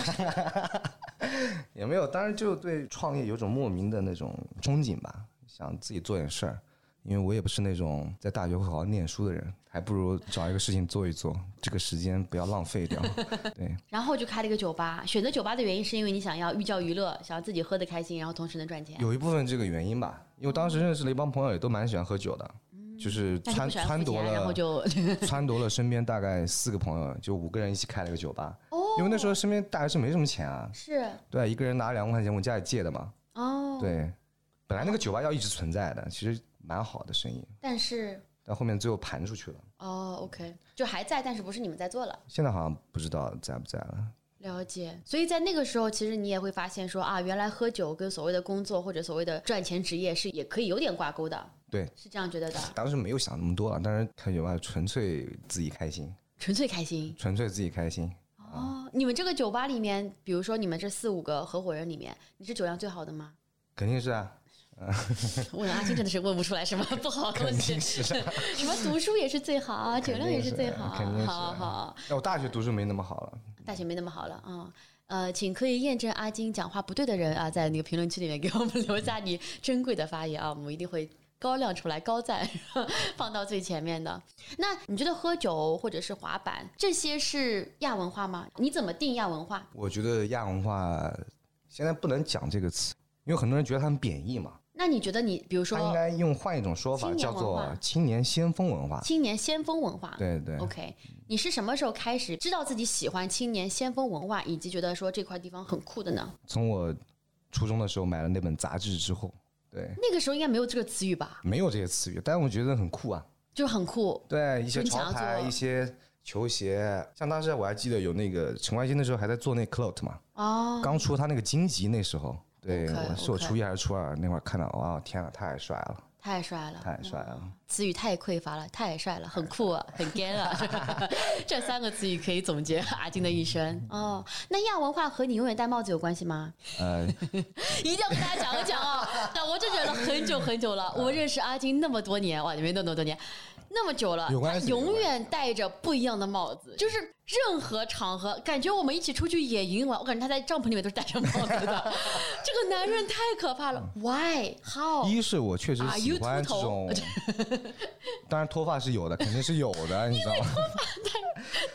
A: 也没有。当然就对创业有种莫名的那种憧憬吧，想自己做点事儿。因为我也不是那种在大学会好好念书的人，还不如找一个事情做一做，这个时间不要浪费掉。对，
B: 然后就开了一个酒吧。选择酒吧的原因是因为你想要寓教于乐，想要自己喝得开心，然后同时能赚钱。
A: 有一部分这个原因吧，因为当时认识了一帮朋友，也都蛮喜欢喝酒的，就是
B: 嗯但是
A: 撺
B: 不喜欢
A: 撺
B: 付
A: 掇
B: 钱，然后
A: 了
B: 就
A: 撺掇了身边大概四个朋友，就五个人一起开了个酒吧。
B: 哦
A: 因为那时候身边大学生没什么钱啊，
B: 是
A: 对，一个人拿两万块钱，我家里借的嘛。
B: 哦，，
A: 对，本来那个酒吧要一直存在的，其实蛮好的生意，
B: 但是
A: 但后面最后盘出去了。
B: 哦，OK，就还在，但是不是你们在做了。
A: 现在好像不知道在不在了。
B: 了解，所以在那个时候，其实你也会发现说啊，原来喝酒跟所谓的工作或者所谓的赚钱职业是也可以有点挂钩的，
A: 对，
B: 是这样觉得的，
A: 当时没有想那么多啊，当时开酒吧纯粹自己开心，
B: 纯粹开心。
A: 纯粹自己开心。
B: 哦，你们这个酒吧里面，比如说你们这四五个合伙人里面，你是酒量最好的吗？
A: 肯定是 啊，
B: 问阿金真的是问不出来什么不好的问
A: 肯
B: 题
A: 定，是、 啊。
B: 什么读书也是最好，酒量也最好，
A: 肯定是
B: 好好，
A: 那我大学读书没那么好了，
B: 大学没那么好了啊。嗯呃，请可以验证阿金讲话不对的人啊，在那个评论区里面给我们留下你珍贵的发言啊，我们一定会高亮出来，高赞放到最前面的。那你觉得喝酒或者是滑板这些是亚文化吗？你怎么定亚文化？
A: 我觉得亚文化现在不能讲这个词，因为很多人觉得它很贬义嘛。
B: 那你觉得你比如
A: 它应
B: 说
A: 该用换一种说法，
B: 青年
A: 叫
B: 文
A: 做
B: 化
A: 青年先锋文化。
B: 青年哦先锋文化，
A: 啊对对，
B: OK，你是什么时候开始知道自己喜欢青年先锋文化，以及觉得说这块地方很酷的呢？
A: 从我初中的时候买了那本杂志之后，对，
B: 那个时候应该没有这个词语吧？
A: 没有这些词语，但我觉得很酷啊。
B: 就是很酷，
A: 对，一些
B: 你想
A: 潮
B: 要
A: 牌，
B: 做
A: 一些球鞋，像当时我还记得有那个陈冠希那时候还在做那 Clout 嘛，
B: 哦，
A: 刚出他那个荆棘那时候。对
B: OK，
A: 我是我
B: OK
A: 初一还是初二那会儿看到，哇，天呐，太帅了，
B: 太帅了，
A: 太帅了！
B: 词语太匮乏了，太帅了，很酷啊，很 gay 啊， 是吧这三个词语可以总结 阿金的一生。哦，那亚文化和你永远戴帽子有关系吗？
A: 呃，
B: 一定要跟大家讲一讲啊！ 那我就忍了很久很久
A: 呃
B: 了，我认识阿金那么多年，哇，你们那么多年，那么久了，
A: 有
B: 他
A: 关系
B: 永远戴着不一样的帽子，就是任何场合，感觉我们一起出去野营玩，我感觉他在帐篷里面都是戴着帽子的。 这个男人太可怕了，Why? How?
A: 嗯一是我确实
B: 哦啊
A: 喜
B: ，YouTube
A: 欢这
B: 头
A: 种， 当然脱发是有的，肯定是有 的，你知道吗？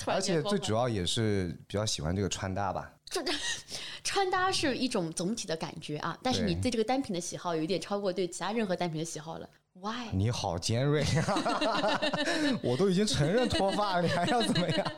B: 突然
A: 而
B: 间
A: 且
B: 光
A: 最
B: 环
A: 主要也是比较喜欢这个穿搭吧，
B: 就穿搭是一种总体的感觉啊，但是你
A: 对
B: 对这个单品的喜好有一点超过对其他任何单品的喜好了，Why?
A: 你好尖 锐，我都已经承认脱发了，你还要怎 么样？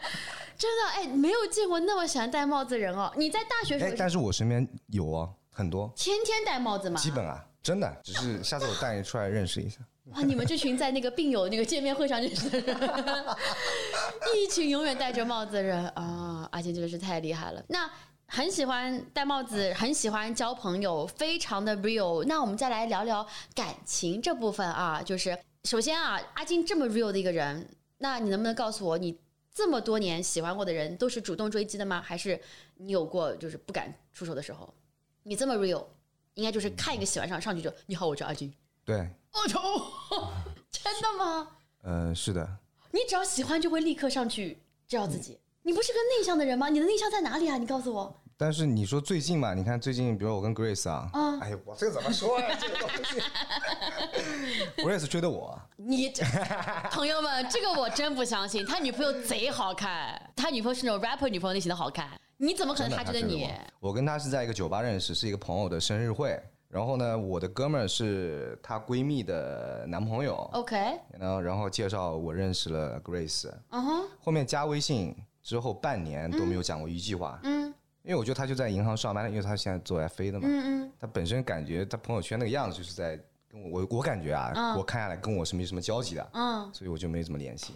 B: 真的哎，没有见过那么喜欢戴帽子的人哦。你在大学时
A: 哎
B: 候，
A: 但是我身边有啊，很多，
B: 天天戴帽子吗？
A: 基本啊，真的，只是下次我带你出来认识 一下。
B: 哇，你们这群在那个病友那个见面会上认识的人， 一群永远戴着帽子的人啊！阿金真的是太厉害了。那很喜欢戴帽子，很喜欢交朋友，非常的 real。那我们再来聊聊感情这部分啊，就是首先啊，阿金这么 real 的一个人，那你能不能告诉我，你这么多年喜欢过的人都是主动追击的吗？还是你有过就是不敢出手的时候？你这么 real，应该就是看一个喜欢上上去就你好，我叫阿金。
A: 对，
B: 哦呦，真的吗？
A: 呃，是的，
B: 你只要喜欢就会立刻上去照自己。你不是个内向的人吗？你的内向在哪里啊？你告诉我。
A: 但是你说最近吧，你看最近，比如我跟 Grace 啊，
B: 嗯
A: 哎呀，我这个怎么说呀、这个东 西，Grace 追的我，
B: 你朋友们，这个我真不相信。他女朋友贼好看，他女朋友是那种 rapper 女朋友类型的好看。你怎么可
A: 真
B: 能
A: 的，
B: 他觉得
A: 追的
B: 你？
A: 我，我跟她是在一个酒吧认识，是一个朋友的生日会。然后呢，我的哥们儿是她闺蜜的男朋友，
B: OK，
A: 然后然后介绍我认识了 Grace，
B: 嗯哼，
A: 后面加微信之后半年都没有讲过一句话，
B: 嗯
A: 因为我觉得她就在银行上班，因为她现在做 FA 的嘛，
B: 嗯
A: 她本身感觉她朋友圈那个样子就是在跟我我我感觉啊，
B: 嗯
A: 我看下来跟我是没什么交集的，
B: 嗯
A: 所以我就没怎么联系。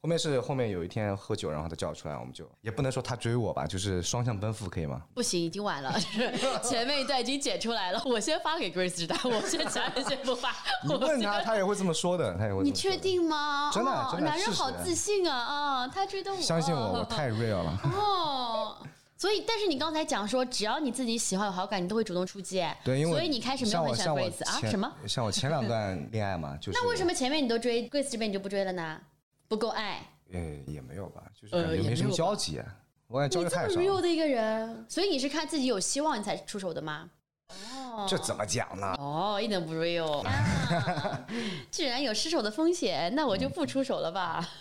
A: 后面是后面有一天喝酒，然后她叫我出来，我们就也不能说她追我吧，就是双向奔赴，可 以吗？
B: 嗯，不行，已经晚了，就是前面一段已经剪出来了。我先发给 Grace 知道，我先其他人先不发。
A: 你
B: 我
A: 问
B: 先
A: 他，他也会这么说的，他也会。
B: 你确？定吗？
A: 真的
B: 哦
A: 真的
B: 男人
A: 试试
B: 好自信啊啊！他追的我，
A: 相信我，我太 real 了。
B: 哦。所以，但是你刚才讲说，只要你自己喜欢有好感，你都会主动出击。
A: 对，因为
B: 所以你开始没有
A: 像
B: 很
A: 我
B: 喜
A: 像
B: 欢
A: 我
B: Grace 啊？
A: 前
B: 什么？？
A: 像我前两段恋爱嘛，就是
B: 那为什么前面你都追 Grace 这边你就不追了呢？不够爱
A: 呃，也没有吧，就是
B: 呃
A: 感觉
B: 也
A: 没什
B: 没
A: 么
B: 有
A: 交集，我感觉交
B: 你
A: 流
B: 这
A: 太
B: 么
A: 少。
B: real 的一个人，所以你是看自己有希望你才出手的吗？哦，
A: 这怎么讲呢？
B: 哦，一点不 real，、啊、 居然有失手的风险，那我就不出手了吧。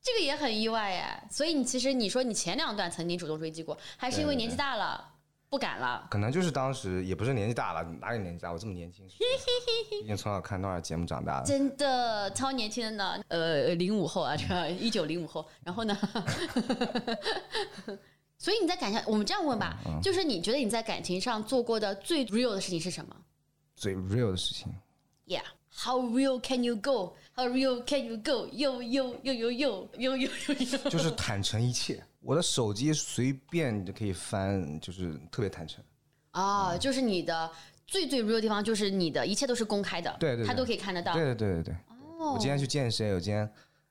B: 这个也很意外哎，所以你其实你说你前两段曾经主动追击过，还是因为
A: 对对
B: 年纪大了不敢了。
A: 可能就是当时也不是年纪大了，哪有年纪大？我这么年轻， 毕竟从小看多少节目长大的。
B: 真的超年轻的呢，呃，零五后啊，这一九零五后，然后 呢，所以你在感情，我们这样问吧，就是你觉得你在感情上做过的最 real 的事情是什么
A: 最 real 的事情，
B: ？Yeah，how real can you go？How real can you go？又又又又又又又又又，
A: 就是坦诚一切。我的手机随便就可以翻，就是特别坦诚。
B: 啊，就是你的最最 real 的地方，就是你的一切都是公开的，
A: 对对对
B: 他都可以看得到。
A: 对对对对对。
B: 哦
A: 我今天去见谁？我今天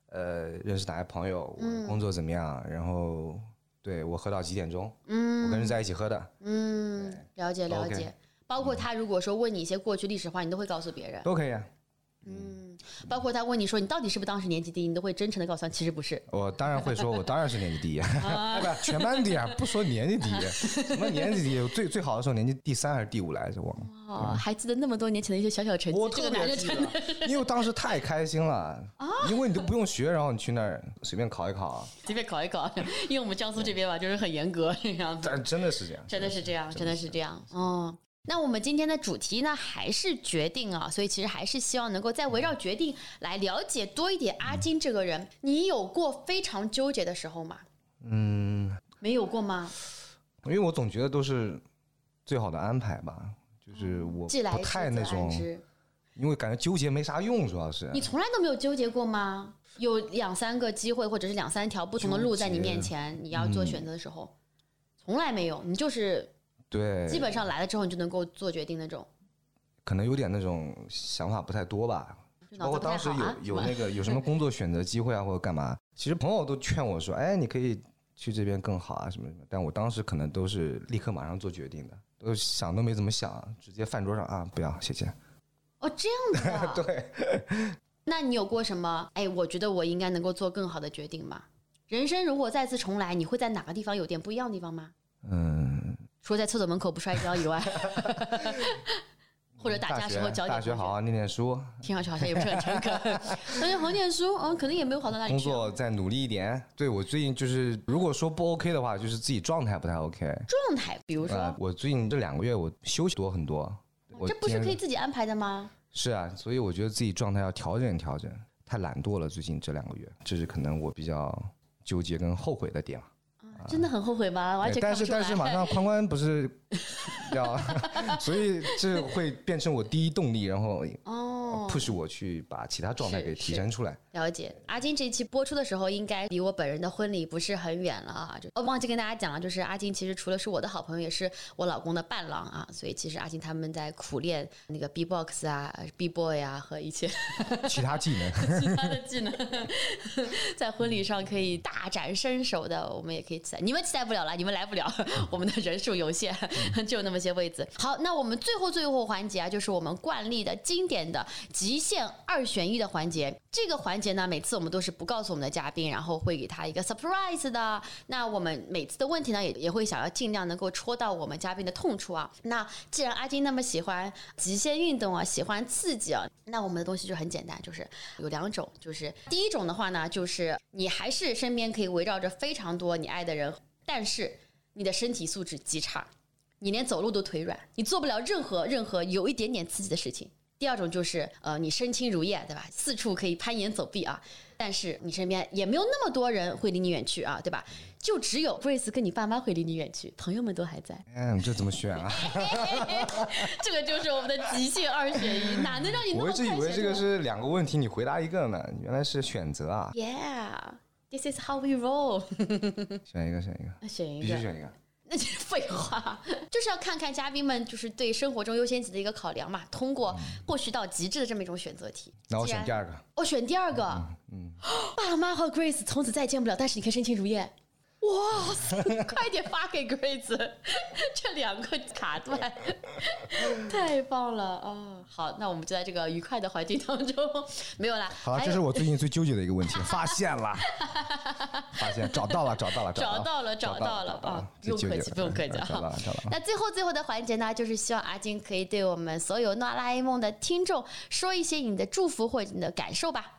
A: 呃认识哪些朋友？我的工作怎么样？
B: 嗯
A: 然后对我喝到几点钟？我跟人在一起喝的，
B: 嗯，了解了
A: OK
B: 解。包括他如果说问你一些过去历史话，你都会告诉别人。
A: 都可以、啊。
B: 包括他问你说你到底是不是当时年级第一，你都会真诚的告诉他其实不是。
A: 我当然会说，我当然是年级第 一，哎
B: 啊
A: 不，全班第二，不说年级第一，什么年级第一？我最最好的时候年级第三还是第五来着？忘了。
B: 哦，还记得那么多年前的一些小小成绩
A: 我，
B: 这
A: 特
B: 个男
A: 别
B: 人
A: 记
B: 真的啊
A: 得，因为我当时太开心 了，因为你都不用学，然后你去那儿随便考一考，
B: 随便考一考， 因为我们江苏这边吧，就是很严格这样子，
A: 但真的是这样。
B: 真的是这样，真的是这样，哦。那我们今天的主题呢，还是决定啊，所以其实还是希望能够再围绕决定来了解多一点阿金这个人。你有过非常纠结的时候吗？
A: 嗯，
B: 没有过吗？
A: 因为我总觉得都是最好的安排吧，就是我
B: 嗯既来
A: 不
B: 之
A: 太那
B: 则安
A: 种，
B: 之。
A: 因为感觉纠结没啥用，主要是
B: 你从来都没有纠结过吗？有两三个机会，或者是两三条不同的路在你面前，你要
A: 嗯
B: 做选择的时候，从来没有。你就是
A: 对，
B: 基本上来了之后，你就能够做决定那种，
A: 可能有点那种想法不太多吧。
B: 就
A: 包
B: 脑
A: 括
B: 子不太
A: 当时
B: 好
A: 有、有
B: 啊。是吧
A: 那个有什么工作选择机会啊，或者干嘛，其实朋友都劝我说，哎，你可以去这边更好啊，什么什么。但我当时可能都是立刻马上做决定的，都想都没怎么想，直接饭桌上啊，不要，谢谢。
B: 哦，这样子、啊。
A: 对，
B: 那你有过什么？哎，我觉得我应该能够做更好的决定吗？人生如果再次重来，你会在哪个地方有点不一样的地方吗？
A: 嗯，
B: 除了在厕所门口不摔跤 以外，或者打架时候脚
A: 嗯大学大
B: 底
A: 学好啊好念念书，
B: 听上去好像也不是很诚恳。 同学好念书，嗯，可能也没有好到哪里
A: 工
B: 去。
A: 作再努力一点。对我最近就是，如果说不 OK 的话，就是自己状态不太 OK。
B: 状态，比如说，哦
A: 啊，我最近这两个月我休息多很多，我
B: 这不是
A: 今
B: 可
A: 天
B: 以自己安排的吗？
A: 是啊，所以我觉得自己状态要调整调整，太懒惰了。最近这两个月，这是可能我比较纠结跟后悔的点嘛。
B: 真的很后悔吗？
A: 啊
B: 完
A: 对
B: 全看
A: 但
B: 不
A: 是
B: 出来。
A: 但是马上宽宽不 是要， 所以这会变成我第一动力，然后
B: 哦，
A: push 我去把其他状态
B: 是
A: 给提
B: 是
A: 升出来。
B: 了解。阿金这一期播出的时候，应该离我本人的婚礼不是很远了啊。就哦，忘记跟大家讲了，就是阿金其实除了是我的好朋友，也是我老公的伴郎啊。所以其实阿金他们在苦练那个 B box 啊、B boy 啊和一切
A: 其他技能
B: 其他的技能， 在婚礼上可以大展身手的，我们也可以期待。你们期待不了了，你们来不了，我们的人数有限，就那么些位子。好，那我们最后最后环节啊，就是我们惯例的经典的极限二选一的环节。这个环节呢，每次我们都是不告诉我们的嘉宾，然后会给他一个 surprise 的。那我们每次的问题呢，也也会想要尽量能够戳到我们嘉宾的痛处啊。那既然阿金那么喜欢极限运动啊，喜欢刺激啊，那我们的东西就很简单，就是有两种，就是第一种的话呢，就是你还是身边可以围绕着非常多你爱的人，但是你的身体素质极差，你连走路都腿软，你做不了任何任何有一点点刺激的事情。第二种就是，呃，你身轻如燕，对吧？四处可以攀岩走壁啊，但是你身边也没有那么多人会离你远去啊，对吧？就只有 Grace 跟你爸妈会离你远去，朋友们都还在。
A: 嗯，这怎么选啊？
B: 这个就是我们的极限二选一，哪能让你那
A: 我
B: 么快
A: 一直以为
B: 选
A: 这个
B: 中
A: 是两个问题，你回答一个呢，原来是选择啊，
B: Yeah, this is how we roll
A: 选一个，选一个，
B: 选一
A: 必须
B: 个，
A: 选一个。
B: 那就是废话， 就是要看看嘉宾们就是对生活中优先级的一个考量嘛。通过或许到极致的这么一种选择题，
A: 嗯那我
B: 既
A: 选
B: 然
A: 第二个，嗯
B: 我选第二个。嗯，爸妈和 Grace 从此再也见不了，但是你可以身轻如燕。哇塞！快点发给 Grace 这两个卡段， 太棒了啊、哦！好，那我们就在这个愉快的环境当中，没有啦。
A: 好了，
B: 还
A: 这是
B: 有
A: 我最近最纠结的一个 问题，发现了，发现找到了，找到了，
B: 找
A: 到
B: 到了，找到了啊！不用客气，不用客气
A: 啊，找到
B: 啊！
A: 了，找到了。
B: 那最后最后的环节呢，就是希望阿金可以对我们所有哆啦 A 梦的听众说一些你的祝福或者你的感受吧。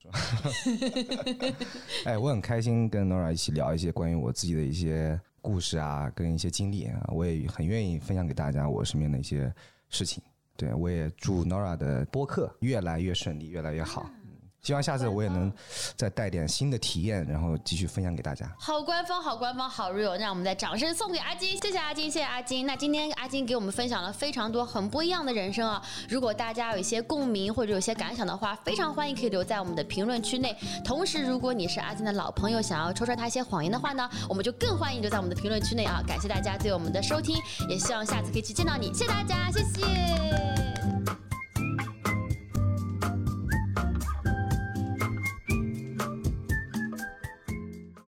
A: 哎，我很开心跟 Nora 一起聊一些关于我自己的一些故事啊，跟一些经历啊，我也很愿意分享给大家我身边的一些事情。对，我也祝 Nora 的播客越来越顺利，越来越好。嗯希望下次我也能再带点新的体验，然后继续分享给大家。
B: 好官方，好官方，好 real！让我们再掌声送给阿金，谢谢阿金，谢谢阿金。那今天阿金给我们分享了非常多很不一样的人生啊！如果大家有一些共鸣或者有些感想的话，非常欢迎可以留在我们的评论区内。同时，如果你是阿金的老朋友，想要戳穿他一些谎言的话呢，我们就更欢迎留在我们的评论区内啊！感谢大家对我们的收听，也希望下次可以去见到你，谢谢大家，谢谢。